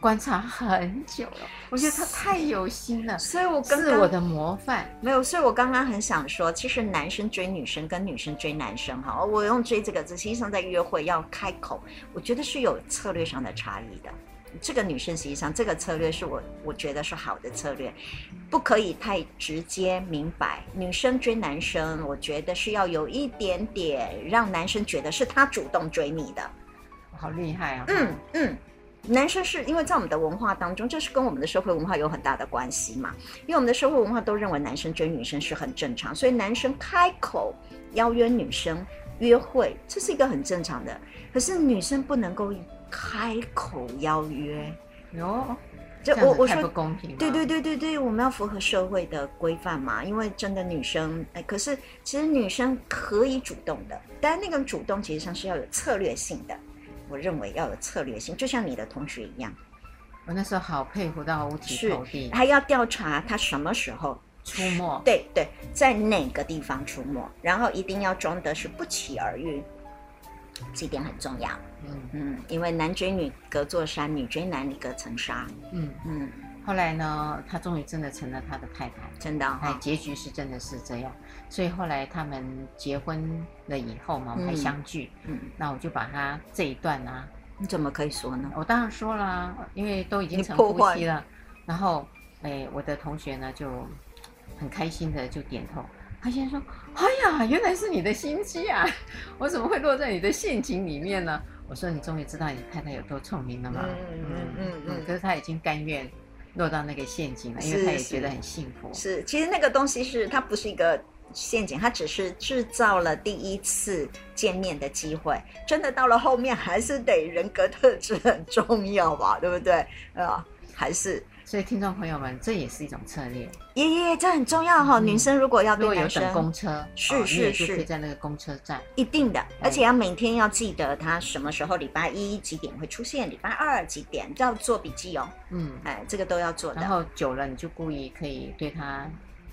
[SPEAKER 1] 观察很久了。我觉得他太有心了，
[SPEAKER 2] 所以我刚
[SPEAKER 1] 是
[SPEAKER 2] 刚
[SPEAKER 1] 我的模范。
[SPEAKER 2] 没有，所以我刚刚很想说，其实男生追女生跟女生追男生哈，我用追这个字，实际上在约会要开口，我觉得是有策略上的差异的。这个女生实际上这个策略是我我觉得是好的策略，不可以太直接明白。女生追男生，我觉得是要有一点点让男生觉得是他主动追你的，
[SPEAKER 1] 好厉害啊！
[SPEAKER 2] 嗯，嗯，男生是因为在我们的文化当中，这是跟我们的社会文化有很大的关系嘛。因为我们的社会文化都认为男生追女生是很正常，所以男生开口邀约女生约会，这是一个很正常的。可是女生不能够开口邀约，
[SPEAKER 1] 哟，
[SPEAKER 2] 就
[SPEAKER 1] 这样
[SPEAKER 2] 我
[SPEAKER 1] 子
[SPEAKER 2] 我
[SPEAKER 1] 太不
[SPEAKER 2] 说
[SPEAKER 1] 公平了。
[SPEAKER 2] 对对对对对，我们要符合社会的规范嘛，因为真的女生，哎，可是其实女生可以主动的，但那个主动其实上是要有策略性的，我认为要有策略性，就像你的同学一样，
[SPEAKER 1] 我那时候好佩服到五体
[SPEAKER 2] 是
[SPEAKER 1] 投地，
[SPEAKER 2] 还要调查他什么时候，
[SPEAKER 1] 出没。
[SPEAKER 2] 对对，在哪个地方出没，然后一定要装的是不期而遇，这一点很重要，
[SPEAKER 1] 嗯
[SPEAKER 2] 嗯，因为男追女隔座山，女追男隔层纱，
[SPEAKER 1] 嗯，
[SPEAKER 2] 嗯，
[SPEAKER 1] 后来呢，他终于真的成了他的太太。
[SPEAKER 2] 真的哦哈、
[SPEAKER 1] 哎，结局是真的是这样，所以后来他们结婚了以后嘛，我们还
[SPEAKER 2] 嗯
[SPEAKER 1] 相聚。
[SPEAKER 2] 嗯，
[SPEAKER 1] 那我就把他这一段啊，
[SPEAKER 2] 你怎么可以说呢？
[SPEAKER 1] 我当然说啦，因为都已经
[SPEAKER 2] 你
[SPEAKER 1] 成
[SPEAKER 2] 破
[SPEAKER 1] 夫
[SPEAKER 2] 坏
[SPEAKER 1] 妻了。然后，哎，我的同学呢就很开心的就点头，他先说：“哎呀，原来是你的心机啊！ 我怎么会落在你的陷阱里面呢？”我说：“你终于知道你太太有多聪明了嘛。”
[SPEAKER 2] 嗯嗯嗯嗯
[SPEAKER 1] 可是他已经甘愿落到那个陷阱了，因
[SPEAKER 2] 是
[SPEAKER 1] 为他也
[SPEAKER 2] 是
[SPEAKER 1] 觉得很幸福。
[SPEAKER 2] 是，其实那个东西是它不是一个陷阱，它只是制造了第一次见面的机会。真的到了后面，还是得人格特质很重要吧，对不对？呃，还是
[SPEAKER 1] 所以，听众朋友们，这也是一种策略。
[SPEAKER 2] 爷爷这很重要哈、
[SPEAKER 1] 嗯
[SPEAKER 2] 女生如果要
[SPEAKER 1] 如
[SPEAKER 2] 对
[SPEAKER 1] 果有
[SPEAKER 2] 男
[SPEAKER 1] 等
[SPEAKER 2] 生
[SPEAKER 1] 公，车，
[SPEAKER 2] 是
[SPEAKER 1] 哦你也就
[SPEAKER 2] 是
[SPEAKER 1] 可以
[SPEAKER 2] 是
[SPEAKER 1] 在那个公车站。
[SPEAKER 2] 一定的，而且要每天要记得他什么时候，礼拜一几点会出现，礼拜二几点要做笔记哦。
[SPEAKER 1] 嗯，
[SPEAKER 2] 哎，这个都要做
[SPEAKER 1] 然
[SPEAKER 2] 的。
[SPEAKER 1] 后久了，你就故意可以对他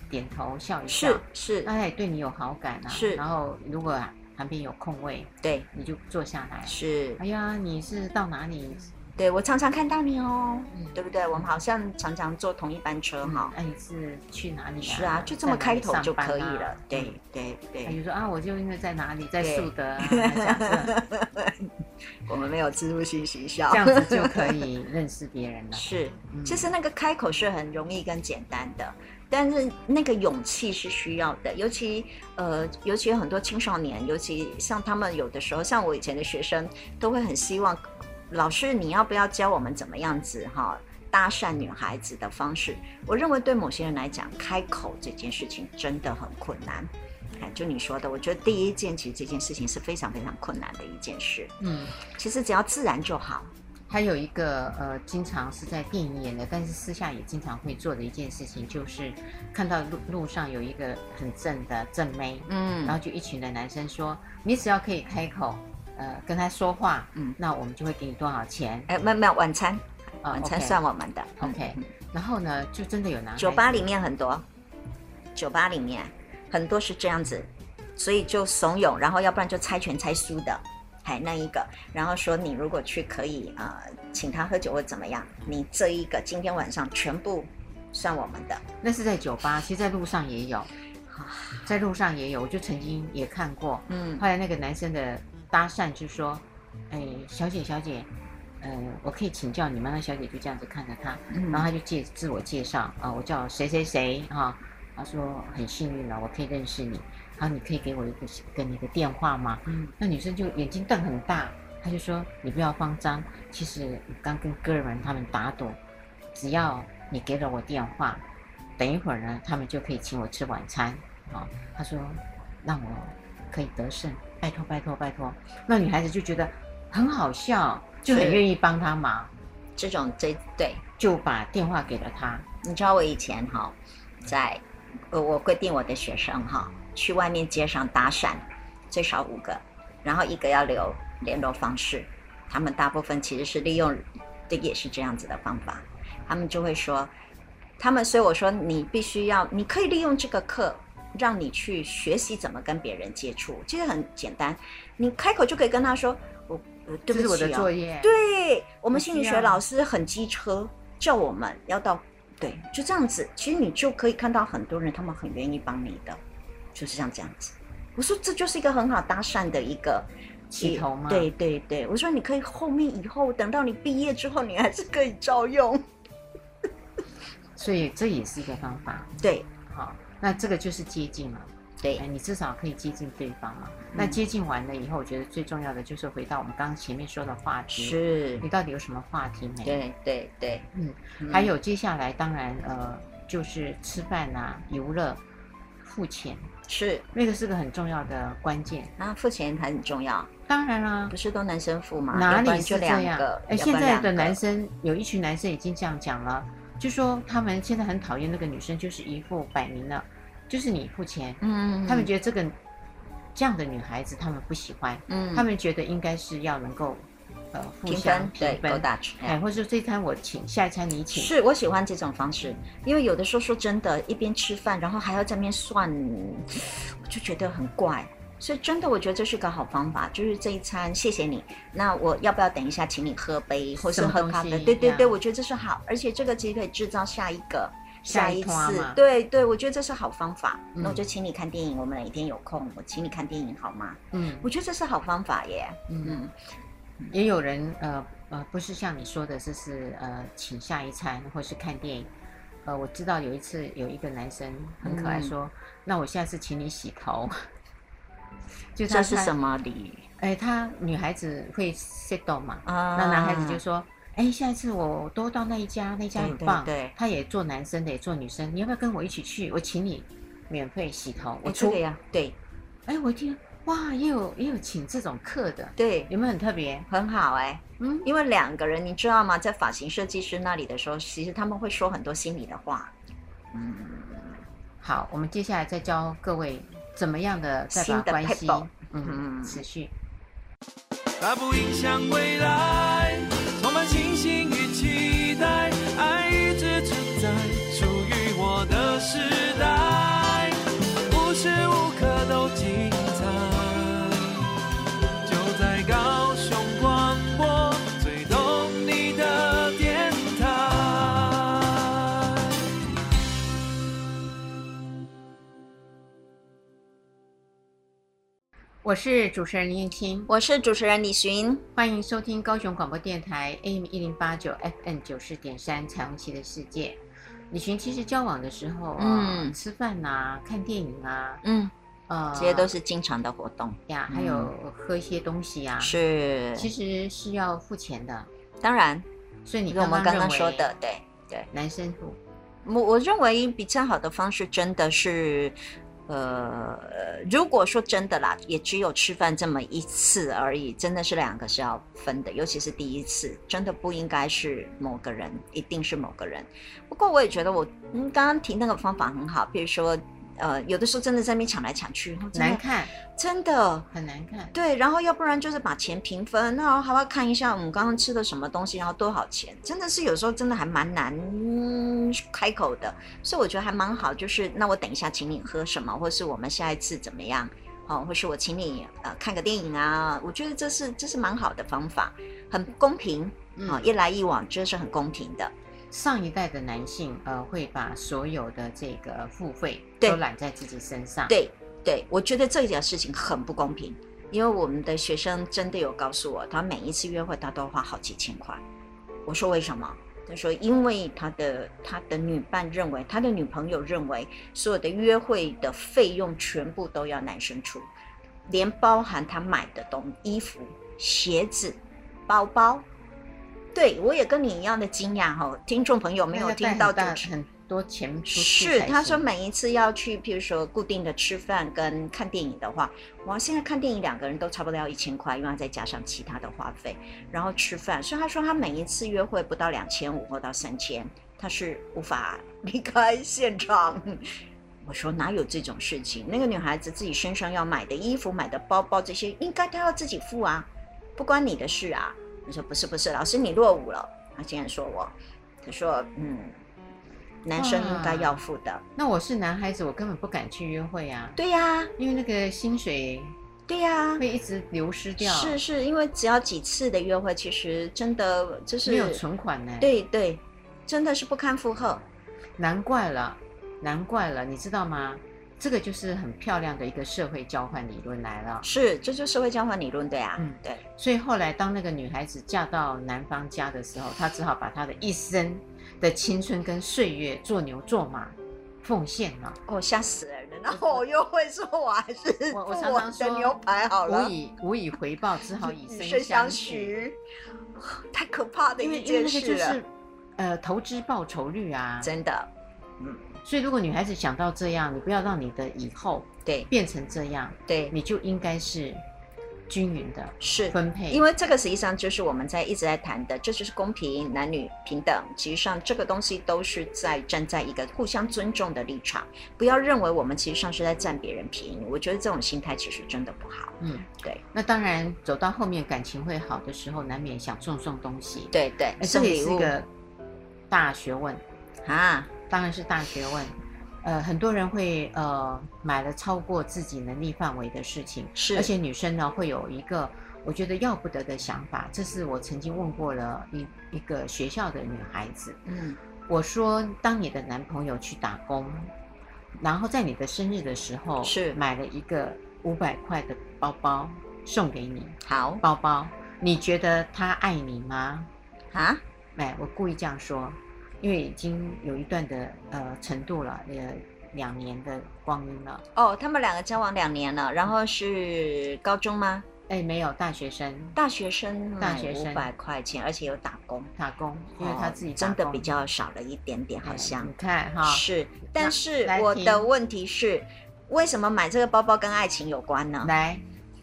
[SPEAKER 1] 点头笑一笑，
[SPEAKER 2] 是是
[SPEAKER 1] 那，他也对你有好感啊。
[SPEAKER 2] 是
[SPEAKER 1] 然后如果旁边有空位，
[SPEAKER 2] 对
[SPEAKER 1] 你就坐下来。
[SPEAKER 2] 是。
[SPEAKER 1] 哎呀，你是到哪里？
[SPEAKER 2] 对我常常看到你哦，
[SPEAKER 1] 嗯
[SPEAKER 2] 对不对？我们好像常常坐同一班车哈、
[SPEAKER 1] 哎，你是去哪里啊？啊
[SPEAKER 2] 是啊，就这么开头就可以了。对对
[SPEAKER 1] 他
[SPEAKER 2] 对，
[SPEAKER 1] 嗯就说啊，我就因为在哪里，在
[SPEAKER 2] 对
[SPEAKER 1] 树 德啊，这样子，
[SPEAKER 2] 我们没有植入性学校
[SPEAKER 1] 这。样子就可以认识别人了。
[SPEAKER 2] 是，
[SPEAKER 1] 嗯
[SPEAKER 2] 其实那个开口是很容易跟简单的，但是那个勇气是需要的，尤其呃，尤其有很多青少年，尤其像他们有的时候，像我以前的学生，都会很希望老师你要不要教我们怎么样子哈。搭讪女孩子的方式，我认为对某些人来讲，开口这件事情真的很困难。哎，就你说的，我觉得第一件其实这件事情是非常非常困难的一件事。
[SPEAKER 1] 嗯，
[SPEAKER 2] 其实只要自然就好。
[SPEAKER 1] 还有一个呃，经常是在电影演的，但是私下也经常会做的一件事情，就是看到路路上有一个很正的正妹，
[SPEAKER 2] 嗯
[SPEAKER 1] 然后就一群的男生说，你只要可以开口，呃，跟他说话，
[SPEAKER 2] 嗯
[SPEAKER 1] 那我们就会给你多少钱，
[SPEAKER 2] 哎，没有没有，晚餐，
[SPEAKER 1] 啊
[SPEAKER 2] 晚餐
[SPEAKER 1] OK
[SPEAKER 2] 算我们的。嗯
[SPEAKER 1] OK 然后呢，就真的有男
[SPEAKER 2] 酒吧
[SPEAKER 1] 孩子
[SPEAKER 2] 里面很多，酒吧里面很多是这样子，所以就怂恿，然后要不然就猜拳猜输的，还那一个，然后说你如果去可以呃请他喝酒或怎么样，你这一个今天晚上全部算我们的。
[SPEAKER 1] 那是在酒吧，其实在路上也 有，在路上也有，我就曾经也看过，
[SPEAKER 2] 嗯
[SPEAKER 1] 后来那个男生的搭讪就说：“哎，小姐，小姐，呃，我可以请教你吗？”那小姐就这样子看着他，然后
[SPEAKER 2] 嗯，
[SPEAKER 1] 他就介自我介绍啊、我叫谁谁谁啊。他说很幸运了，我可以认识你，然后你可以给我一个跟你的电话吗？
[SPEAKER 2] 嗯
[SPEAKER 1] 那女生就眼睛瞪很大，她就说：“你不要慌张，其实我刚跟哥们他们打赌，只要你给了我电话，等一会儿呢，他们就可以请我吃晚餐。啊，她说：“让我可以得胜，拜托拜托拜托。”那女孩子就觉得很好笑，就很
[SPEAKER 2] 是
[SPEAKER 1] 愿意帮她忙，
[SPEAKER 2] 这种这对，
[SPEAKER 1] 就把电话给了她。
[SPEAKER 2] 你知道我以前哈、在呃我规定我的学生哈、去外面街上搭讪，最少五个，然后一个要留联络方式。他们大部分其实是利用的也是这样子的方法，他们就会说，他们所以我说你必须要，你可以利用这个课。让你去学习怎么跟别人接触，其实很简单，你开口就可以跟他说：“我，呃对
[SPEAKER 1] 这
[SPEAKER 2] 不起、
[SPEAKER 1] 是
[SPEAKER 2] 哦，
[SPEAKER 1] 我的作业。
[SPEAKER 2] 对我们
[SPEAKER 1] 不
[SPEAKER 2] 心理
[SPEAKER 1] 需
[SPEAKER 2] 学
[SPEAKER 1] 要
[SPEAKER 2] 老师很机车，叫我们要到对，就这样子。其实你就可以看到很多人，他们很愿意帮你的，就是像这样子。我说这就是一个很好搭讪的一个
[SPEAKER 1] 起头吗
[SPEAKER 2] 对对对，我说你可以后面以后等到你毕业之后，你还是可以照用。
[SPEAKER 1] 所以这也是一个方法。
[SPEAKER 2] 对
[SPEAKER 1] 好，那这个就是接近了。
[SPEAKER 2] 对
[SPEAKER 1] 哎，，你至少可以接近对方嘛。那
[SPEAKER 2] 嗯
[SPEAKER 1] 接近完了以后，我觉得最重要的就是回到我们刚刚前面说的话题，
[SPEAKER 2] 是
[SPEAKER 1] 你，到底有什么话题没？，
[SPEAKER 2] 对对对，
[SPEAKER 1] 嗯，
[SPEAKER 2] 嗯
[SPEAKER 1] 还有接下来当然呃就是吃饭啊、游乐、付钱，
[SPEAKER 2] 是
[SPEAKER 1] 那个是个很重要的关键。
[SPEAKER 2] 啊，付钱还很重要，
[SPEAKER 1] 当然啦、
[SPEAKER 2] 不是都男生付吗？
[SPEAKER 1] 啊哪
[SPEAKER 2] 要不
[SPEAKER 1] 里
[SPEAKER 2] 然
[SPEAKER 1] 是
[SPEAKER 2] 就
[SPEAKER 1] 这
[SPEAKER 2] 两
[SPEAKER 1] 样
[SPEAKER 2] 个？，
[SPEAKER 1] 哎，
[SPEAKER 2] 要不
[SPEAKER 1] 现
[SPEAKER 2] 然
[SPEAKER 1] 在
[SPEAKER 2] 两
[SPEAKER 1] 的
[SPEAKER 2] 个
[SPEAKER 1] 男生有一群男生已经这样讲了，就说他们现在很讨厌那个女生，就是一副摆明了，就是你付钱，
[SPEAKER 2] 嗯，
[SPEAKER 1] 他们觉得这个这样的女孩子他们不喜欢，
[SPEAKER 2] 嗯，
[SPEAKER 1] 他们觉得应该是要能够呃互
[SPEAKER 2] 平
[SPEAKER 1] 相
[SPEAKER 2] 分对
[SPEAKER 1] 平
[SPEAKER 2] 勾
[SPEAKER 1] 分，
[SPEAKER 2] 大吃。
[SPEAKER 1] 哎，或者说这餐我请，下一餐你请，
[SPEAKER 2] 是我喜欢这种方式，因为有的时候说真的，一边吃饭，然后还要在那边算，我就觉得很怪。所以真的，我觉得这是个好方法，就是这一餐谢谢你。那我要不要等一下请你喝杯，或
[SPEAKER 1] 什
[SPEAKER 2] 是
[SPEAKER 1] 么
[SPEAKER 2] 喝
[SPEAKER 1] 东
[SPEAKER 2] 咖啡？
[SPEAKER 1] 西
[SPEAKER 2] 对对对，
[SPEAKER 1] 呀
[SPEAKER 2] 我觉得这是好，而且这个其实可以制造下一个。
[SPEAKER 1] 下
[SPEAKER 2] 下
[SPEAKER 1] 一
[SPEAKER 2] 一
[SPEAKER 1] 趟
[SPEAKER 2] 次
[SPEAKER 1] 嘛，
[SPEAKER 2] 对对，我觉得这是好方法。那我
[SPEAKER 1] 嗯
[SPEAKER 2] 就请你看电影，我们哪一天有空，我请你看电影好吗？
[SPEAKER 1] 嗯
[SPEAKER 2] 我觉得这是好方法耶。
[SPEAKER 1] 嗯，
[SPEAKER 2] 嗯，
[SPEAKER 1] 也有人呃呃，不是像你说的，就是呃请下一餐或是看电影。呃，我知道有一次有一个男生很可爱
[SPEAKER 2] 嗯
[SPEAKER 1] 说，那我下次请你洗头。 就他
[SPEAKER 2] 这是
[SPEAKER 1] 他
[SPEAKER 2] 什么理？
[SPEAKER 1] 哎，她女孩子会 set 动嘛，
[SPEAKER 2] 啊
[SPEAKER 1] 那男孩子就说：“哎，下一次我多到那一家，那一家
[SPEAKER 2] 对
[SPEAKER 1] 很
[SPEAKER 2] 对
[SPEAKER 1] 棒，
[SPEAKER 2] 对
[SPEAKER 1] 他也做男生的，也做女生，你要不要跟我一起去？我请你免费洗头，我
[SPEAKER 2] 哎这
[SPEAKER 1] 出
[SPEAKER 2] 个。呀，对
[SPEAKER 1] 哎，我一听，哇，也有也有请这种课的，
[SPEAKER 2] 对，
[SPEAKER 1] 有没有很特别？
[SPEAKER 2] 很好哎、
[SPEAKER 1] 嗯，
[SPEAKER 2] 因为两个人，你知道吗？在发型设计师那里的时候，其实他们会说很多心里的话，
[SPEAKER 1] 好，我们接下来再教各位怎么样的再把
[SPEAKER 2] 新的
[SPEAKER 1] 关系
[SPEAKER 2] people，
[SPEAKER 1] 嗯
[SPEAKER 2] 嗯
[SPEAKER 1] 持续。
[SPEAKER 3] 它不影响未来，充满信心与期待，爱一直存在，属于我的时代，无时无刻都精彩。就在高雄广播最懂你的电台。
[SPEAKER 1] 我是主持人林燕青，
[SPEAKER 2] 我是主持人李寻，
[SPEAKER 1] 欢迎收听高雄广播电台 AM 一零八九 FM 九四点三《彩虹旗的世界》。李寻其实交往的时候啊，
[SPEAKER 2] 嗯
[SPEAKER 1] 吃饭呐、看电影啊，
[SPEAKER 2] 嗯，
[SPEAKER 1] 呃，
[SPEAKER 2] 这些都是经常的活动，
[SPEAKER 1] 呀，还有喝一些东西啊，
[SPEAKER 2] 是，
[SPEAKER 1] 其实是要付钱的。
[SPEAKER 2] 当然，
[SPEAKER 1] 所以你
[SPEAKER 2] 因为我
[SPEAKER 1] 刚
[SPEAKER 2] 们刚刚
[SPEAKER 1] 认为
[SPEAKER 2] 说的，对对，
[SPEAKER 1] 男生付，
[SPEAKER 2] 我我认为比较好的方式真的是。呃，如果说真的啦，也只有吃饭这么一次而已，真的是两个是要分的，尤其是第一次，真的不应该是某个人，一定是某个人。不过我也觉得我，嗯，刚刚提那个方法很好，比如说，呃，有的时候真的在那边抢来抢去，真的
[SPEAKER 1] 难看，
[SPEAKER 2] 真的
[SPEAKER 1] 很难看。
[SPEAKER 2] 对，然后要不然就是把钱平分，那还要看一下我们刚刚吃的什么东西，然后多少钱，真的是有时候真的还蛮难嗯开口的，所以我觉得还蛮好，就是那我等一下请你喝什么，或是我们下一次怎么样，哦，或是我请你呃看个电影啊，我觉得这是这是蛮好的方法，很公平啊、哦
[SPEAKER 1] 嗯，
[SPEAKER 2] 一来一往这是很公平的，
[SPEAKER 1] 上一代的男性呃，会把所有的这个付费
[SPEAKER 2] 对
[SPEAKER 1] 都揽在自己身上。
[SPEAKER 2] 对对，我觉得这件事情很不公平，因为我们的学生真的有告诉我，他每一次约会他都花好几千块。我说为什么？他说因为他的他的女伴认为，他的女朋友认为，所有的约会的费用全部都要男生出，连包含他买的东衣服、鞋子、包包。对我也跟你一样的惊讶哈、哦，听众朋友没
[SPEAKER 1] 那
[SPEAKER 2] 有
[SPEAKER 1] 要带
[SPEAKER 2] 听
[SPEAKER 1] 很
[SPEAKER 2] 到主
[SPEAKER 1] 大
[SPEAKER 2] 持
[SPEAKER 1] 很多钱出去
[SPEAKER 2] 是，
[SPEAKER 1] 才
[SPEAKER 2] 他说
[SPEAKER 1] 行
[SPEAKER 2] 每一次要去，譬如说固定的吃饭跟看电影的话，哇，现在看电影两个人都差不多要一千块，因为要再加上其他的花费，然后吃饭，所以他说他每一次约会不到两千五或到三千，他是无法 离开现场。我说哪有这种事情？那个女孩子自己身上要买的衣服、买的包包这些，应该她要自己付啊，不关你的事啊。我说不是不是，老师你落伍了。他竟然说我，他说嗯，男生应该要付的。
[SPEAKER 1] 那我是男孩子，我根本不敢去约会啊，
[SPEAKER 2] 对呀、
[SPEAKER 1] 因为那个薪水
[SPEAKER 2] 对呀、
[SPEAKER 1] 会一直流失掉，
[SPEAKER 2] 是是因为只要几次的约会，其实真的就是
[SPEAKER 1] 没有存款呢、，
[SPEAKER 2] 对对，真的是不堪负荷。
[SPEAKER 1] 难怪了，难怪了，你知道吗？这个就是很漂亮的一个社会交换理论来了。
[SPEAKER 2] 是，这就是社会交换理论，对啊，
[SPEAKER 1] 嗯
[SPEAKER 2] 对，
[SPEAKER 1] 所以后来当那个女孩子嫁到男方家的时候，她只好把她的一生的青春跟岁月做牛做马奉献了。
[SPEAKER 2] 哦，吓死人了。然后我又会说，我还是
[SPEAKER 1] 我我
[SPEAKER 2] 付
[SPEAKER 1] 常
[SPEAKER 2] 我
[SPEAKER 1] 常说
[SPEAKER 2] 的牛排好了
[SPEAKER 1] 无。以无以回报，只好以
[SPEAKER 2] 以
[SPEAKER 1] 身相许。
[SPEAKER 2] 许，太可怕的
[SPEAKER 1] 因为因
[SPEAKER 2] 一
[SPEAKER 1] 为
[SPEAKER 2] 件
[SPEAKER 1] 那个就
[SPEAKER 2] 事了，
[SPEAKER 1] 是呃投资报酬率啊，
[SPEAKER 2] 真的。嗯，
[SPEAKER 1] 所以如果女孩子想到这样，你不要让你的以后
[SPEAKER 2] 对
[SPEAKER 1] 变成这样，
[SPEAKER 2] 对，
[SPEAKER 1] 你就应该是均匀的
[SPEAKER 2] 是
[SPEAKER 1] 分配，
[SPEAKER 2] 因
[SPEAKER 1] 为
[SPEAKER 2] 为这个实际上就是我们在一直在谈的，这就是公平、男女平等。实际上，这个东西都是在站在一个互相尊重的立场，不要认为我们其实上是在占别人便宜。我觉得这种心态其实真的不好。
[SPEAKER 1] 嗯
[SPEAKER 2] 对
[SPEAKER 1] 那当然走到后面感情会好的时候，难免想送送东西，
[SPEAKER 2] 对对，
[SPEAKER 1] 哎，这
[SPEAKER 2] 送
[SPEAKER 1] 个也
[SPEAKER 2] 礼
[SPEAKER 1] 是
[SPEAKER 2] 物
[SPEAKER 1] 一个大学问，
[SPEAKER 2] 啊，
[SPEAKER 1] 当然是大学问。呃，很多人会呃买了超过自己能力范围的事情，
[SPEAKER 2] 是，
[SPEAKER 1] 而且女生呢会有一个我觉得要不得的想法，这是我曾经问过了一一个学校的女孩子，
[SPEAKER 2] 嗯
[SPEAKER 1] 我说，当你的男朋友去打工，然后在你的生日的时候
[SPEAKER 2] 是
[SPEAKER 1] 买了一个五百块的包包送给你，
[SPEAKER 2] 好
[SPEAKER 1] 包包，你觉得他爱你吗？
[SPEAKER 2] 啊，
[SPEAKER 1] 哎，我故意这样说，因为已经有一段的呃程度了，呃两年的光阴了。
[SPEAKER 2] 哦，他们两个交往两年了，然后是高中吗？
[SPEAKER 1] 哎，没有大学生
[SPEAKER 2] 大学生
[SPEAKER 1] 大
[SPEAKER 2] 买
[SPEAKER 1] 学
[SPEAKER 2] 五
[SPEAKER 1] 生
[SPEAKER 2] 百块钱，而且有打工，
[SPEAKER 1] 打工，因为他自己
[SPEAKER 2] 哦
[SPEAKER 1] 打
[SPEAKER 2] 真的
[SPEAKER 1] 工
[SPEAKER 2] 比较少了一点点，
[SPEAKER 1] 哎
[SPEAKER 2] 好像
[SPEAKER 1] 你。看哈，
[SPEAKER 2] 是，但是
[SPEAKER 1] 啊来
[SPEAKER 2] 我
[SPEAKER 1] 听
[SPEAKER 2] 的问题是，为什么买这个包包跟爱情有关呢？
[SPEAKER 1] 来，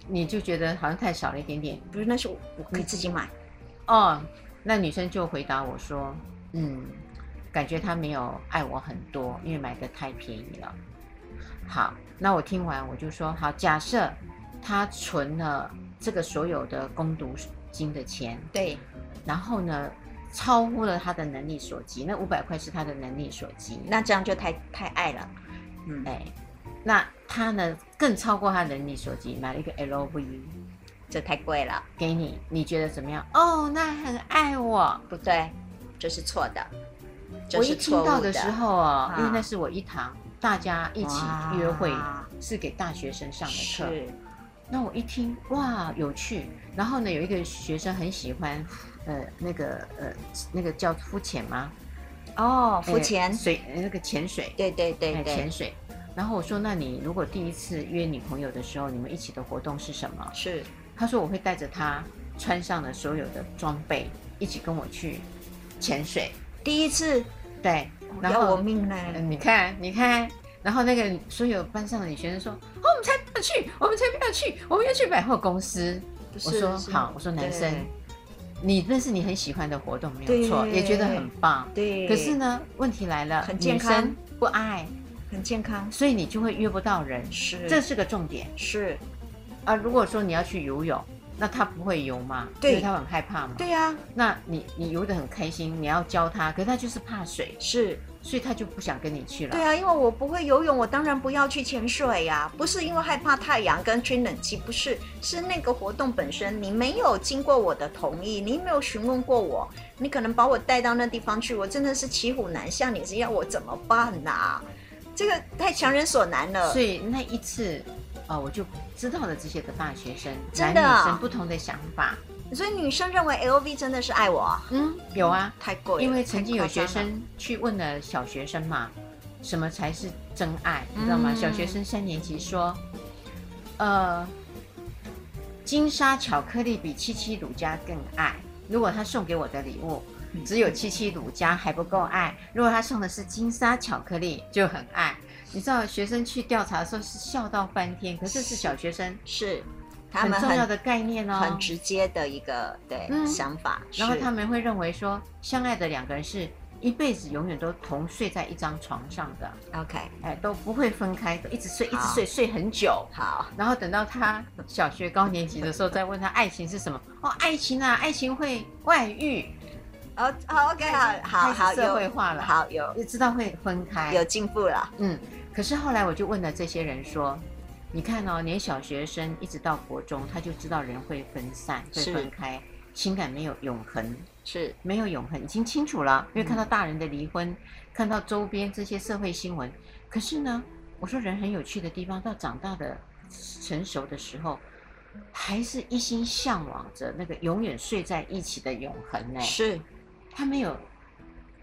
[SPEAKER 1] 你就觉得好像太少了一点点。
[SPEAKER 2] 不是，那是我我
[SPEAKER 1] 嗯
[SPEAKER 2] 可以自己买。
[SPEAKER 1] 哦，那女生就回答我说，嗯，感觉他没有爱我很多，因为买的太便宜了。好，那我听完我就说，好，假设他存了这个所有的攻读金的钱，
[SPEAKER 2] 对，
[SPEAKER 1] 然后呢，超乎了他的能力所及，那五百块是他的能力所及，
[SPEAKER 2] 那这样就太太爱了。嗯，
[SPEAKER 1] 哎，那他呢更超过他能力所及，买了一个 LV
[SPEAKER 2] 这太贵了，
[SPEAKER 1] 给你，你觉得怎么样？哦，那很爱我。
[SPEAKER 2] 不对，这是错的，这
[SPEAKER 1] 我一
[SPEAKER 2] 是
[SPEAKER 1] 听
[SPEAKER 2] 错
[SPEAKER 1] 到
[SPEAKER 2] 误
[SPEAKER 1] 的时候啊
[SPEAKER 2] 啊，
[SPEAKER 1] 因为那是我一堂大家一起约会，
[SPEAKER 2] 哇
[SPEAKER 1] 是给大学生上的课。
[SPEAKER 2] 是
[SPEAKER 1] 那我一听，哇，有趣。然后呢，有一个学生很喜欢，呃，那个呃，那个叫浮潜吗？
[SPEAKER 2] 哦，付
[SPEAKER 1] 哎
[SPEAKER 2] 钱，
[SPEAKER 1] 水，呃那个潜水，
[SPEAKER 2] 对对对
[SPEAKER 1] 哎
[SPEAKER 2] 对，
[SPEAKER 1] 潜水。然后我说，那你如果第一次约女朋友的时候，你们一起的活动是什么？
[SPEAKER 2] 是
[SPEAKER 1] 他说我会带着她穿上了所有的装备，一起跟我去潜水。
[SPEAKER 2] 第一次，
[SPEAKER 1] 对，然
[SPEAKER 2] 哦要
[SPEAKER 1] 后
[SPEAKER 2] 我命呢。
[SPEAKER 1] 嗯你看，你看，然后那个所有班上的女学生说：“哦，我们才不要去，我们才不要去，我们要去百货公司。”
[SPEAKER 2] 不
[SPEAKER 1] 我
[SPEAKER 2] 是
[SPEAKER 1] 说：“
[SPEAKER 2] 是
[SPEAKER 1] 好。”我说：“男生，你那是你很喜欢的活动，没有
[SPEAKER 2] 对
[SPEAKER 1] 错，也觉得很棒。
[SPEAKER 2] 对，对
[SPEAKER 1] 可是，呢，问题来了，
[SPEAKER 2] 很健
[SPEAKER 1] 女
[SPEAKER 2] 康
[SPEAKER 1] 生不爱，
[SPEAKER 2] 很健康，
[SPEAKER 1] 所以你就会约不到人，
[SPEAKER 2] 是
[SPEAKER 1] 这是个重点
[SPEAKER 2] 是，
[SPEAKER 1] 啊。如果说你要去游泳，那他不会游嘛，
[SPEAKER 2] 对
[SPEAKER 1] 因为他很害怕嘛。
[SPEAKER 2] 对呀，
[SPEAKER 1] 那你你游得很开心，你要教他，可是他就是怕水，
[SPEAKER 2] 是
[SPEAKER 1] 所以他就不想跟你去了。
[SPEAKER 2] 对啊，因为我不会游泳，我当然不要去潜水呀、不是因为害怕太阳跟吹冷气，不是，是那个活动本身，你没有经过我的同意，你没有询问过我，你可能把我带到那地方去，我真的是骑虎难下，你是要我怎么办呐、这个太强人所难了
[SPEAKER 1] 所。以那一次，呃，我就知道了这些的大学生、
[SPEAKER 2] 真
[SPEAKER 1] 男
[SPEAKER 2] 的啊
[SPEAKER 1] 女生不同的想法。
[SPEAKER 2] 所以女生认为 LV 真的是爱我，
[SPEAKER 1] 嗯，有啊，
[SPEAKER 2] 太贵了，
[SPEAKER 1] 因为曾经有学
[SPEAKER 2] 太夸张了，
[SPEAKER 1] 生去问了小学生嘛，什么才是真爱，你知道吗？
[SPEAKER 2] 嗯
[SPEAKER 1] 小学生三年级说，呃，金沙巧克力比七七乳加更爱。如果他送给我的礼物
[SPEAKER 2] 嗯
[SPEAKER 1] 只有七七乳加还不够爱，如果他送的是金沙巧克力就很爱。你知道学生去调查的时候是笑到翻天，可是是小学生。
[SPEAKER 2] 是他
[SPEAKER 1] 很
[SPEAKER 2] 们
[SPEAKER 1] 重
[SPEAKER 2] 很
[SPEAKER 1] 要的概念哦。
[SPEAKER 2] 很直接的一个对、
[SPEAKER 1] 嗯
[SPEAKER 2] 想法，
[SPEAKER 1] 然后
[SPEAKER 2] 是
[SPEAKER 1] 他们会认为说，相爱的两个人是一辈子永远都同睡在一张床上的，
[SPEAKER 2] OK
[SPEAKER 1] 哎，都不会分开，都一直睡，一直
[SPEAKER 2] 好
[SPEAKER 1] 睡，睡很久。
[SPEAKER 2] 好。
[SPEAKER 1] 然后等到他小学高年级的时候，再问他爱情是什么？哦，爱情啊，爱情会外遇，
[SPEAKER 2] 哦好，OK，好好好，
[SPEAKER 1] 开始社会
[SPEAKER 2] 有
[SPEAKER 1] 化了，
[SPEAKER 2] 好有
[SPEAKER 1] 就知道会分开。
[SPEAKER 2] 有进步了，
[SPEAKER 1] 嗯，可是后来我就问了这些人说，你看哦，连小学生一直到国中，他就知道人会分散，会
[SPEAKER 2] 是
[SPEAKER 1] 分开，情感没有永恒，
[SPEAKER 2] 是
[SPEAKER 1] 没有永恒，已经清楚了。因为看
[SPEAKER 2] 嗯
[SPEAKER 1] 到大人的离婚，看到周边这些社会新闻，可是呢，我说人很有趣的地方，到长大的成熟的时候，还是一心向往着那个永远睡在一起的永恒呢、
[SPEAKER 2] 是
[SPEAKER 1] 他没有
[SPEAKER 2] 哎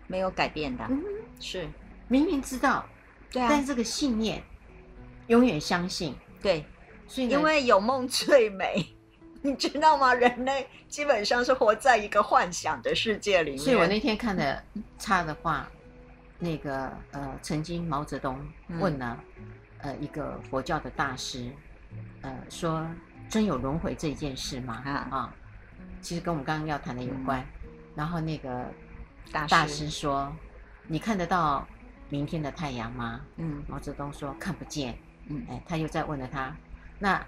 [SPEAKER 2] 没有改变的
[SPEAKER 1] 嗯，
[SPEAKER 2] 是
[SPEAKER 1] 明明知道，
[SPEAKER 2] 对
[SPEAKER 1] 但
[SPEAKER 2] 啊，
[SPEAKER 1] 这个信念永远相信，
[SPEAKER 2] 对，
[SPEAKER 1] 所以呢
[SPEAKER 2] 因为有梦最美， 你知道吗？人类基本上是活在一个幻想的世界里面，嗯
[SPEAKER 1] 所以我那天看了差的话，那个呃，曾经毛泽东
[SPEAKER 2] 嗯
[SPEAKER 1] 问了、呃一个佛教的大师，呃，说真有轮回这件事吗？
[SPEAKER 2] 啊嗯
[SPEAKER 1] 啊其实跟我们刚刚要谈的有关。然后那个
[SPEAKER 2] 大师
[SPEAKER 1] 大师说：“你看得到明天的太阳吗
[SPEAKER 2] 嗯？”
[SPEAKER 1] 毛泽东说：“看不见。”
[SPEAKER 2] 嗯
[SPEAKER 1] 哎，他又再问了他，那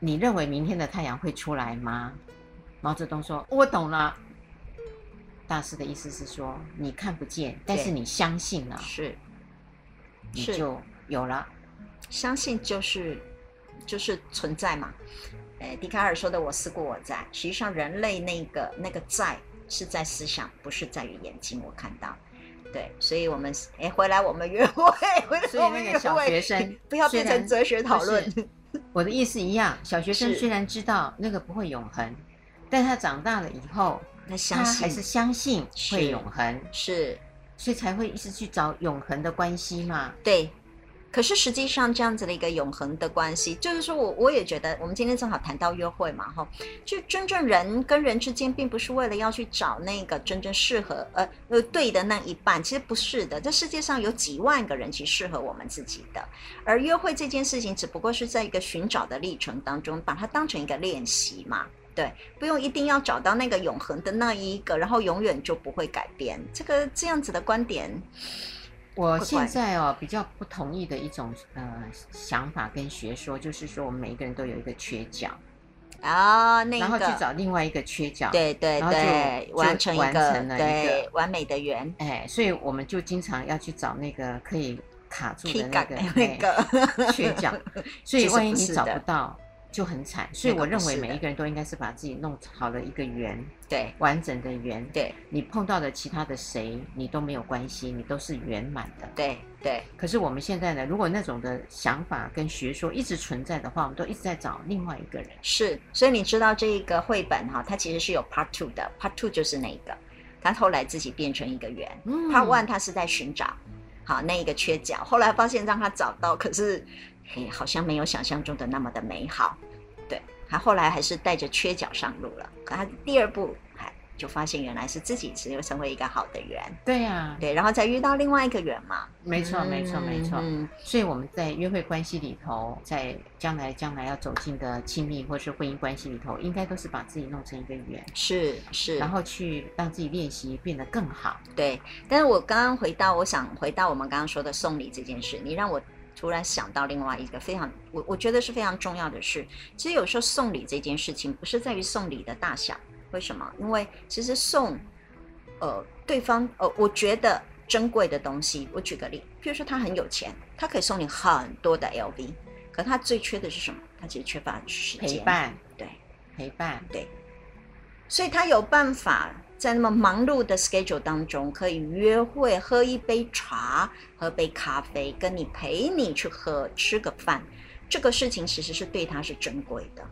[SPEAKER 1] 你认为明天的太阳会出来吗？毛泽东说：“我懂了。”大师的意思是说，你看不见，但是
[SPEAKER 2] 对
[SPEAKER 1] 你相信了，
[SPEAKER 2] 是
[SPEAKER 1] 你
[SPEAKER 2] 是
[SPEAKER 1] 就有了。
[SPEAKER 2] 相信就是就是存在嘛。呃，笛卡尔说的“我思故我在”，实际上人类那个那个在是在思想，不是在于眼睛我看到。对，所以我们哎，回来我们约会，回来
[SPEAKER 1] 所以
[SPEAKER 2] 我们
[SPEAKER 1] 那
[SPEAKER 2] 约
[SPEAKER 1] 个小学
[SPEAKER 2] 会，
[SPEAKER 1] 生
[SPEAKER 2] 不要
[SPEAKER 1] 虽
[SPEAKER 2] 变成
[SPEAKER 1] 然
[SPEAKER 2] 哲学讨
[SPEAKER 1] 不是
[SPEAKER 2] 论。
[SPEAKER 1] 我的意思一样，小学生
[SPEAKER 2] 是
[SPEAKER 1] 虽然知道那个不会永恒，但他长大了以后，
[SPEAKER 2] 那
[SPEAKER 1] 他
[SPEAKER 2] 相
[SPEAKER 1] 还
[SPEAKER 2] 信
[SPEAKER 1] 是相信
[SPEAKER 2] 是
[SPEAKER 1] 会永恒，
[SPEAKER 2] 是
[SPEAKER 1] 所以才会一直去找永恒的关系嘛。
[SPEAKER 2] 对。可是实际上，这样子的一个永恒的关系，就是说我我也觉得，我们今天正好谈到约会嘛，哈，就真正人跟人之间，并不是为了要去找那个真正适合呃呃对的那一半，其实不是的。这世界上有几万个呃人其实适合我们自己的，而约会这件事情，只不过是在一个寻找的历程当中，把它当成一个练习嘛。对，不用一定要找到那个永恒的那一个，然后永远就不会改变。这个这样子的观点，
[SPEAKER 1] 我
[SPEAKER 2] 怪
[SPEAKER 1] 现
[SPEAKER 2] 怪
[SPEAKER 1] 在哦比较不同意的一种呃想法跟学说，就是说我们每一个人都有一个缺角，
[SPEAKER 2] 啊、那个
[SPEAKER 1] 然后去找另外一个缺角。，
[SPEAKER 2] 对对
[SPEAKER 1] 然后
[SPEAKER 2] 对
[SPEAKER 1] 就，
[SPEAKER 2] 完
[SPEAKER 1] 就
[SPEAKER 2] 成一
[SPEAKER 1] 完
[SPEAKER 2] 个
[SPEAKER 1] 成了一
[SPEAKER 2] 对
[SPEAKER 1] 个
[SPEAKER 2] 完美的圆
[SPEAKER 1] 哎，所以我们就经常要去找那个可以卡住
[SPEAKER 2] T
[SPEAKER 1] 的那
[SPEAKER 2] 感
[SPEAKER 1] 个
[SPEAKER 2] 那
[SPEAKER 1] 哎
[SPEAKER 2] 个
[SPEAKER 1] 缺 角，所
[SPEAKER 2] 其
[SPEAKER 1] 以
[SPEAKER 2] 实
[SPEAKER 1] 万一
[SPEAKER 2] 不
[SPEAKER 1] 你
[SPEAKER 2] 是
[SPEAKER 1] 找
[SPEAKER 2] 的
[SPEAKER 1] 不到。就很惨，所以
[SPEAKER 2] 那
[SPEAKER 1] 我
[SPEAKER 2] 个不
[SPEAKER 1] 认为
[SPEAKER 2] 是
[SPEAKER 1] 每
[SPEAKER 2] 的
[SPEAKER 1] 一个人都应该是把自己弄好了一个圆，
[SPEAKER 2] 对
[SPEAKER 1] 完整的圆。
[SPEAKER 2] 对
[SPEAKER 1] 你碰到的其他的谁，你都没有关系，你都是圆满的。
[SPEAKER 2] 对对
[SPEAKER 1] 可是我们现在呢，如果那种的想法跟学说一直存在的话，我们都一直在找另外一个人。
[SPEAKER 2] 是，所以你知道这个绘本哈，它其实是有 Part Two 的，Part Two 就是那一个，它后来自己变成一个圆
[SPEAKER 1] 嗯
[SPEAKER 2] ，Part One 它是在寻找好那一个缺角，后来发现让他找到，可是嘿好像没有想象中的那么的美好，对，他后来还是带着缺角上路了，可他第二步还就发现原来是自己只有成为一个好的圆。
[SPEAKER 1] 对呀、
[SPEAKER 2] 对，然后再遇到另外一个人嘛。
[SPEAKER 1] 没错，没错，没错。
[SPEAKER 2] 嗯，
[SPEAKER 1] 所以我们在约会关系里头，在将来将来要走进的亲密或是婚姻关系里头，应该都是把自己弄成一个圆，
[SPEAKER 2] 是是，
[SPEAKER 1] 然后去让自己练习变得更好。
[SPEAKER 2] 对。但是我刚刚回到，我想回到我们刚刚说的送礼这件事，你让我突然想到另外一个非常，我我觉得是非常重要的事。其实有时候送礼这件事情，不是在于送礼的大小，为什么？因为其实送，呃，对方，呃，我觉得珍贵的东西，我举个例，譬如说他很有钱，他可以送你很多的 LV，可他最缺的是什么？他其实缺乏时间
[SPEAKER 1] 陪，伴，
[SPEAKER 2] 对。
[SPEAKER 1] 陪伴，
[SPEAKER 2] 所以他有办法在那么忙碌的 schedule 当中，可以约会、喝一杯茶、喝杯咖啡，跟你陪你去喝吃个饭，这个事情其实是对他是珍贵的，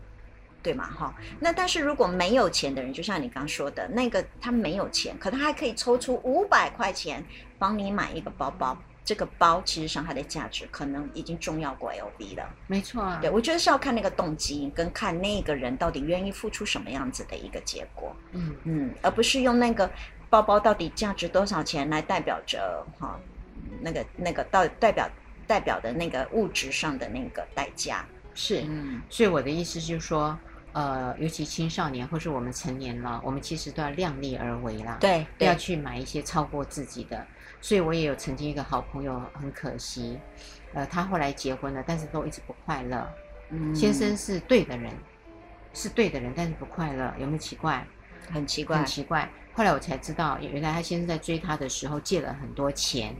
[SPEAKER 2] 对吗？哈，那但是如果没有钱的人，就像你刚说的那个，他没有钱，可他还可以抽出五百块钱帮你买一个包包。这个包其实上它的价值可能已经重要过 LV 了，
[SPEAKER 1] 没错啊
[SPEAKER 2] 对。我觉得是要看那个动机跟看那个人到底愿意付出什么样子的一个结果。
[SPEAKER 1] 嗯，
[SPEAKER 2] 嗯，而不是用那个包包到底价值多少钱来代表着哈、那个那个到代表代表的那个物质上的那个代价。
[SPEAKER 1] 是。
[SPEAKER 2] 嗯，
[SPEAKER 1] 所以我的意思就是说，呃，尤其青少年或是我们成年了，我们其实都要量力而为啦。
[SPEAKER 2] 对
[SPEAKER 1] 不要
[SPEAKER 2] 对，
[SPEAKER 1] 去买一些超过自己的。所以我也有曾经一个好朋友，很可惜，呃，他后来结婚了，但是都一直不快乐。
[SPEAKER 2] 嗯
[SPEAKER 1] 先生是对的人，是对的人，但是不快乐，有没有奇怪？
[SPEAKER 2] 很奇怪
[SPEAKER 1] 很，奇怪。后来我才知道，原来他先生在追她的时候借了很多钱，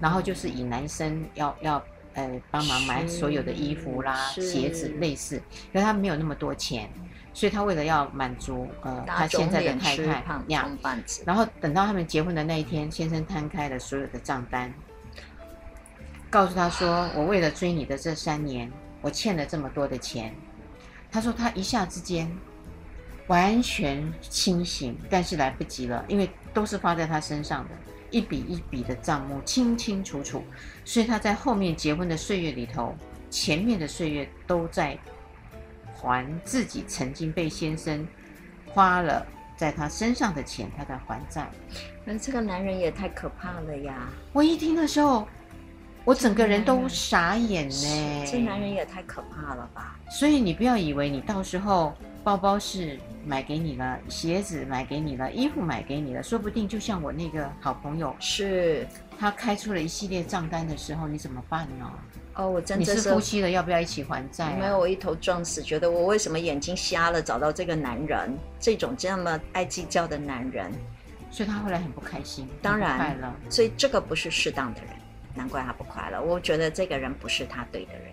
[SPEAKER 1] 然后就是以男生要要呃帮忙买所有的衣服啦、
[SPEAKER 2] 是
[SPEAKER 1] 鞋子类似，可是他没有那么多钱，所以他为了要满足呃
[SPEAKER 2] 打
[SPEAKER 1] 他
[SPEAKER 2] 肿
[SPEAKER 1] 现在的
[SPEAKER 2] 脸
[SPEAKER 1] 太
[SPEAKER 2] 吃
[SPEAKER 1] 太
[SPEAKER 2] 胖
[SPEAKER 1] 呀，
[SPEAKER 2] 胖胖子，
[SPEAKER 1] 然后等到他们结婚的那一天，先生摊开了所有的账单，告诉他说：“我为了追你的这三年，我欠了这么多的钱。”他说他一下之间完全清醒，但是来不及了，因为都是花在他身上的，一笔一笔的账目清清楚楚，所以他在后面结婚的岁月里头，前面的岁月都在还自己曾经被先生花了在他身上的钱，他在还债。
[SPEAKER 2] 嗯，这个男人也太可怕了呀！
[SPEAKER 1] 我一听的时候，我整个人都傻眼呢、
[SPEAKER 2] 这男人也太可怕了吧？
[SPEAKER 1] 所以你不要以为你到时候包包是买给你了，鞋子买给你了，衣服买给你了，说不定就像我那个好朋友，
[SPEAKER 2] 是
[SPEAKER 1] 他开出了一系列账单的时候，你怎么办呢？
[SPEAKER 2] 哦，我真
[SPEAKER 1] 你
[SPEAKER 2] 的
[SPEAKER 1] 是
[SPEAKER 2] 是
[SPEAKER 1] 夫妻了，要不要一起还债、啊？
[SPEAKER 2] 没有，我一头撞死，觉得我为什么眼睛瞎了找到这个男人，这种这么爱计较的男人，
[SPEAKER 1] 所以他后来很不开心，很
[SPEAKER 2] 当然
[SPEAKER 1] 不快乐。
[SPEAKER 2] 所以这个不是适当的人，难怪他不快乐。我觉得这个人不是他对的人，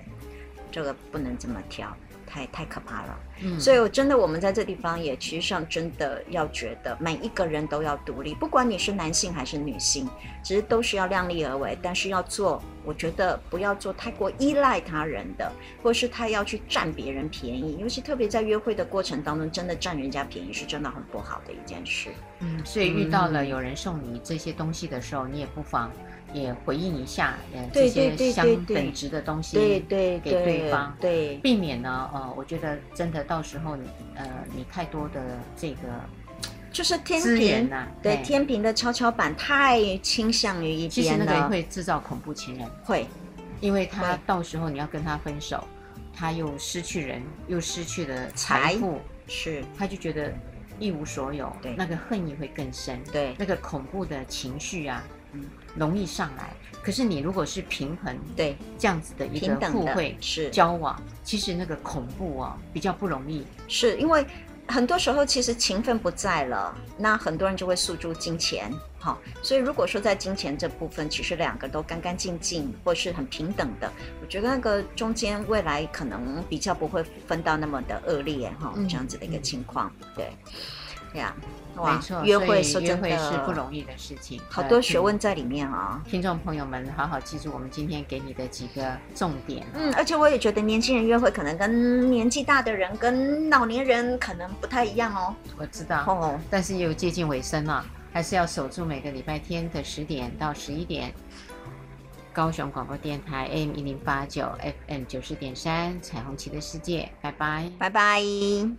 [SPEAKER 2] 这个不能这么挑，太太可怕了。
[SPEAKER 1] 嗯，
[SPEAKER 2] 所以，我真的，我们在这地方也其实上真的要觉得，每一个人都要独立，不管你是男性还是女性，其实都是要量力而为，但是要做，我觉得不要做太过依赖他人的，或是太要去占别人便宜，尤其特别在约会的过程当中，真的占人家便宜是真的很不好的一件事。
[SPEAKER 1] 嗯，所以遇到了有人送你这些东西的时候，你也不妨也回应一下，呃，这
[SPEAKER 2] 对
[SPEAKER 1] 些
[SPEAKER 2] 对对
[SPEAKER 1] 相
[SPEAKER 2] 对对
[SPEAKER 1] 等值的东西，
[SPEAKER 2] 对对
[SPEAKER 1] 给对方
[SPEAKER 2] 对
[SPEAKER 1] 避免呢，呃，我觉得真的到时候你呃，你太多的这个
[SPEAKER 2] 就是天
[SPEAKER 1] 资源
[SPEAKER 2] 平
[SPEAKER 1] 呐、，
[SPEAKER 2] 对
[SPEAKER 1] 哎
[SPEAKER 2] 天平的跷跷板太倾向于一
[SPEAKER 1] 其实
[SPEAKER 2] 边
[SPEAKER 1] 那个也
[SPEAKER 2] 了，
[SPEAKER 1] 会制造恐怖情人，
[SPEAKER 2] 会
[SPEAKER 1] 因为他
[SPEAKER 2] 会
[SPEAKER 1] 到时候你要跟他分手，他又失去人，又失去了
[SPEAKER 2] 财
[SPEAKER 1] 财富，
[SPEAKER 2] 是
[SPEAKER 1] 他就觉得一无所有，
[SPEAKER 2] 对
[SPEAKER 1] 那个恨意会更深，
[SPEAKER 2] 对
[SPEAKER 1] 那个恐怖的情绪啊，
[SPEAKER 2] 嗯
[SPEAKER 1] 容易上来。可是你如果是平衡
[SPEAKER 2] 对
[SPEAKER 1] 这样子的一个
[SPEAKER 2] 平等
[SPEAKER 1] 互
[SPEAKER 2] 的
[SPEAKER 1] 惠
[SPEAKER 2] 是
[SPEAKER 1] 交往，其实那个恐怖哦比较不容易。
[SPEAKER 2] 是因为很多时候其实情分不在了，那很多人就会诉诸金钱，好、所以如果说在金钱这部分，其实两个都干干净净或是很平等的，我觉得那个中间未来可能比较不会分到那么的恶劣哈、
[SPEAKER 1] 嗯
[SPEAKER 2] 这样子的一个情况，对，对呀、
[SPEAKER 1] 没
[SPEAKER 2] 哇
[SPEAKER 1] 错，，
[SPEAKER 2] 约
[SPEAKER 1] 所
[SPEAKER 2] 会
[SPEAKER 1] 以
[SPEAKER 2] 说
[SPEAKER 1] 约
[SPEAKER 2] 真
[SPEAKER 1] 会
[SPEAKER 2] 的
[SPEAKER 1] 是不容易的事情，
[SPEAKER 2] 好
[SPEAKER 1] 呃
[SPEAKER 2] 多学。问在里面啊、
[SPEAKER 1] 请听众朋友们，好好记住我们今天给你的几个重 点。
[SPEAKER 2] 嗯，而且我也觉得年轻人约会可能跟年纪大的人跟老年人可能不太一样哦。
[SPEAKER 1] 我知道，
[SPEAKER 2] 哦，
[SPEAKER 1] 但是也有接近尾声了，还是要守住每个礼拜天的十点到十一点。高雄广播电台 AM 一零八九 FM 九十点三，彩虹旗的世界，拜拜。
[SPEAKER 2] 拜拜。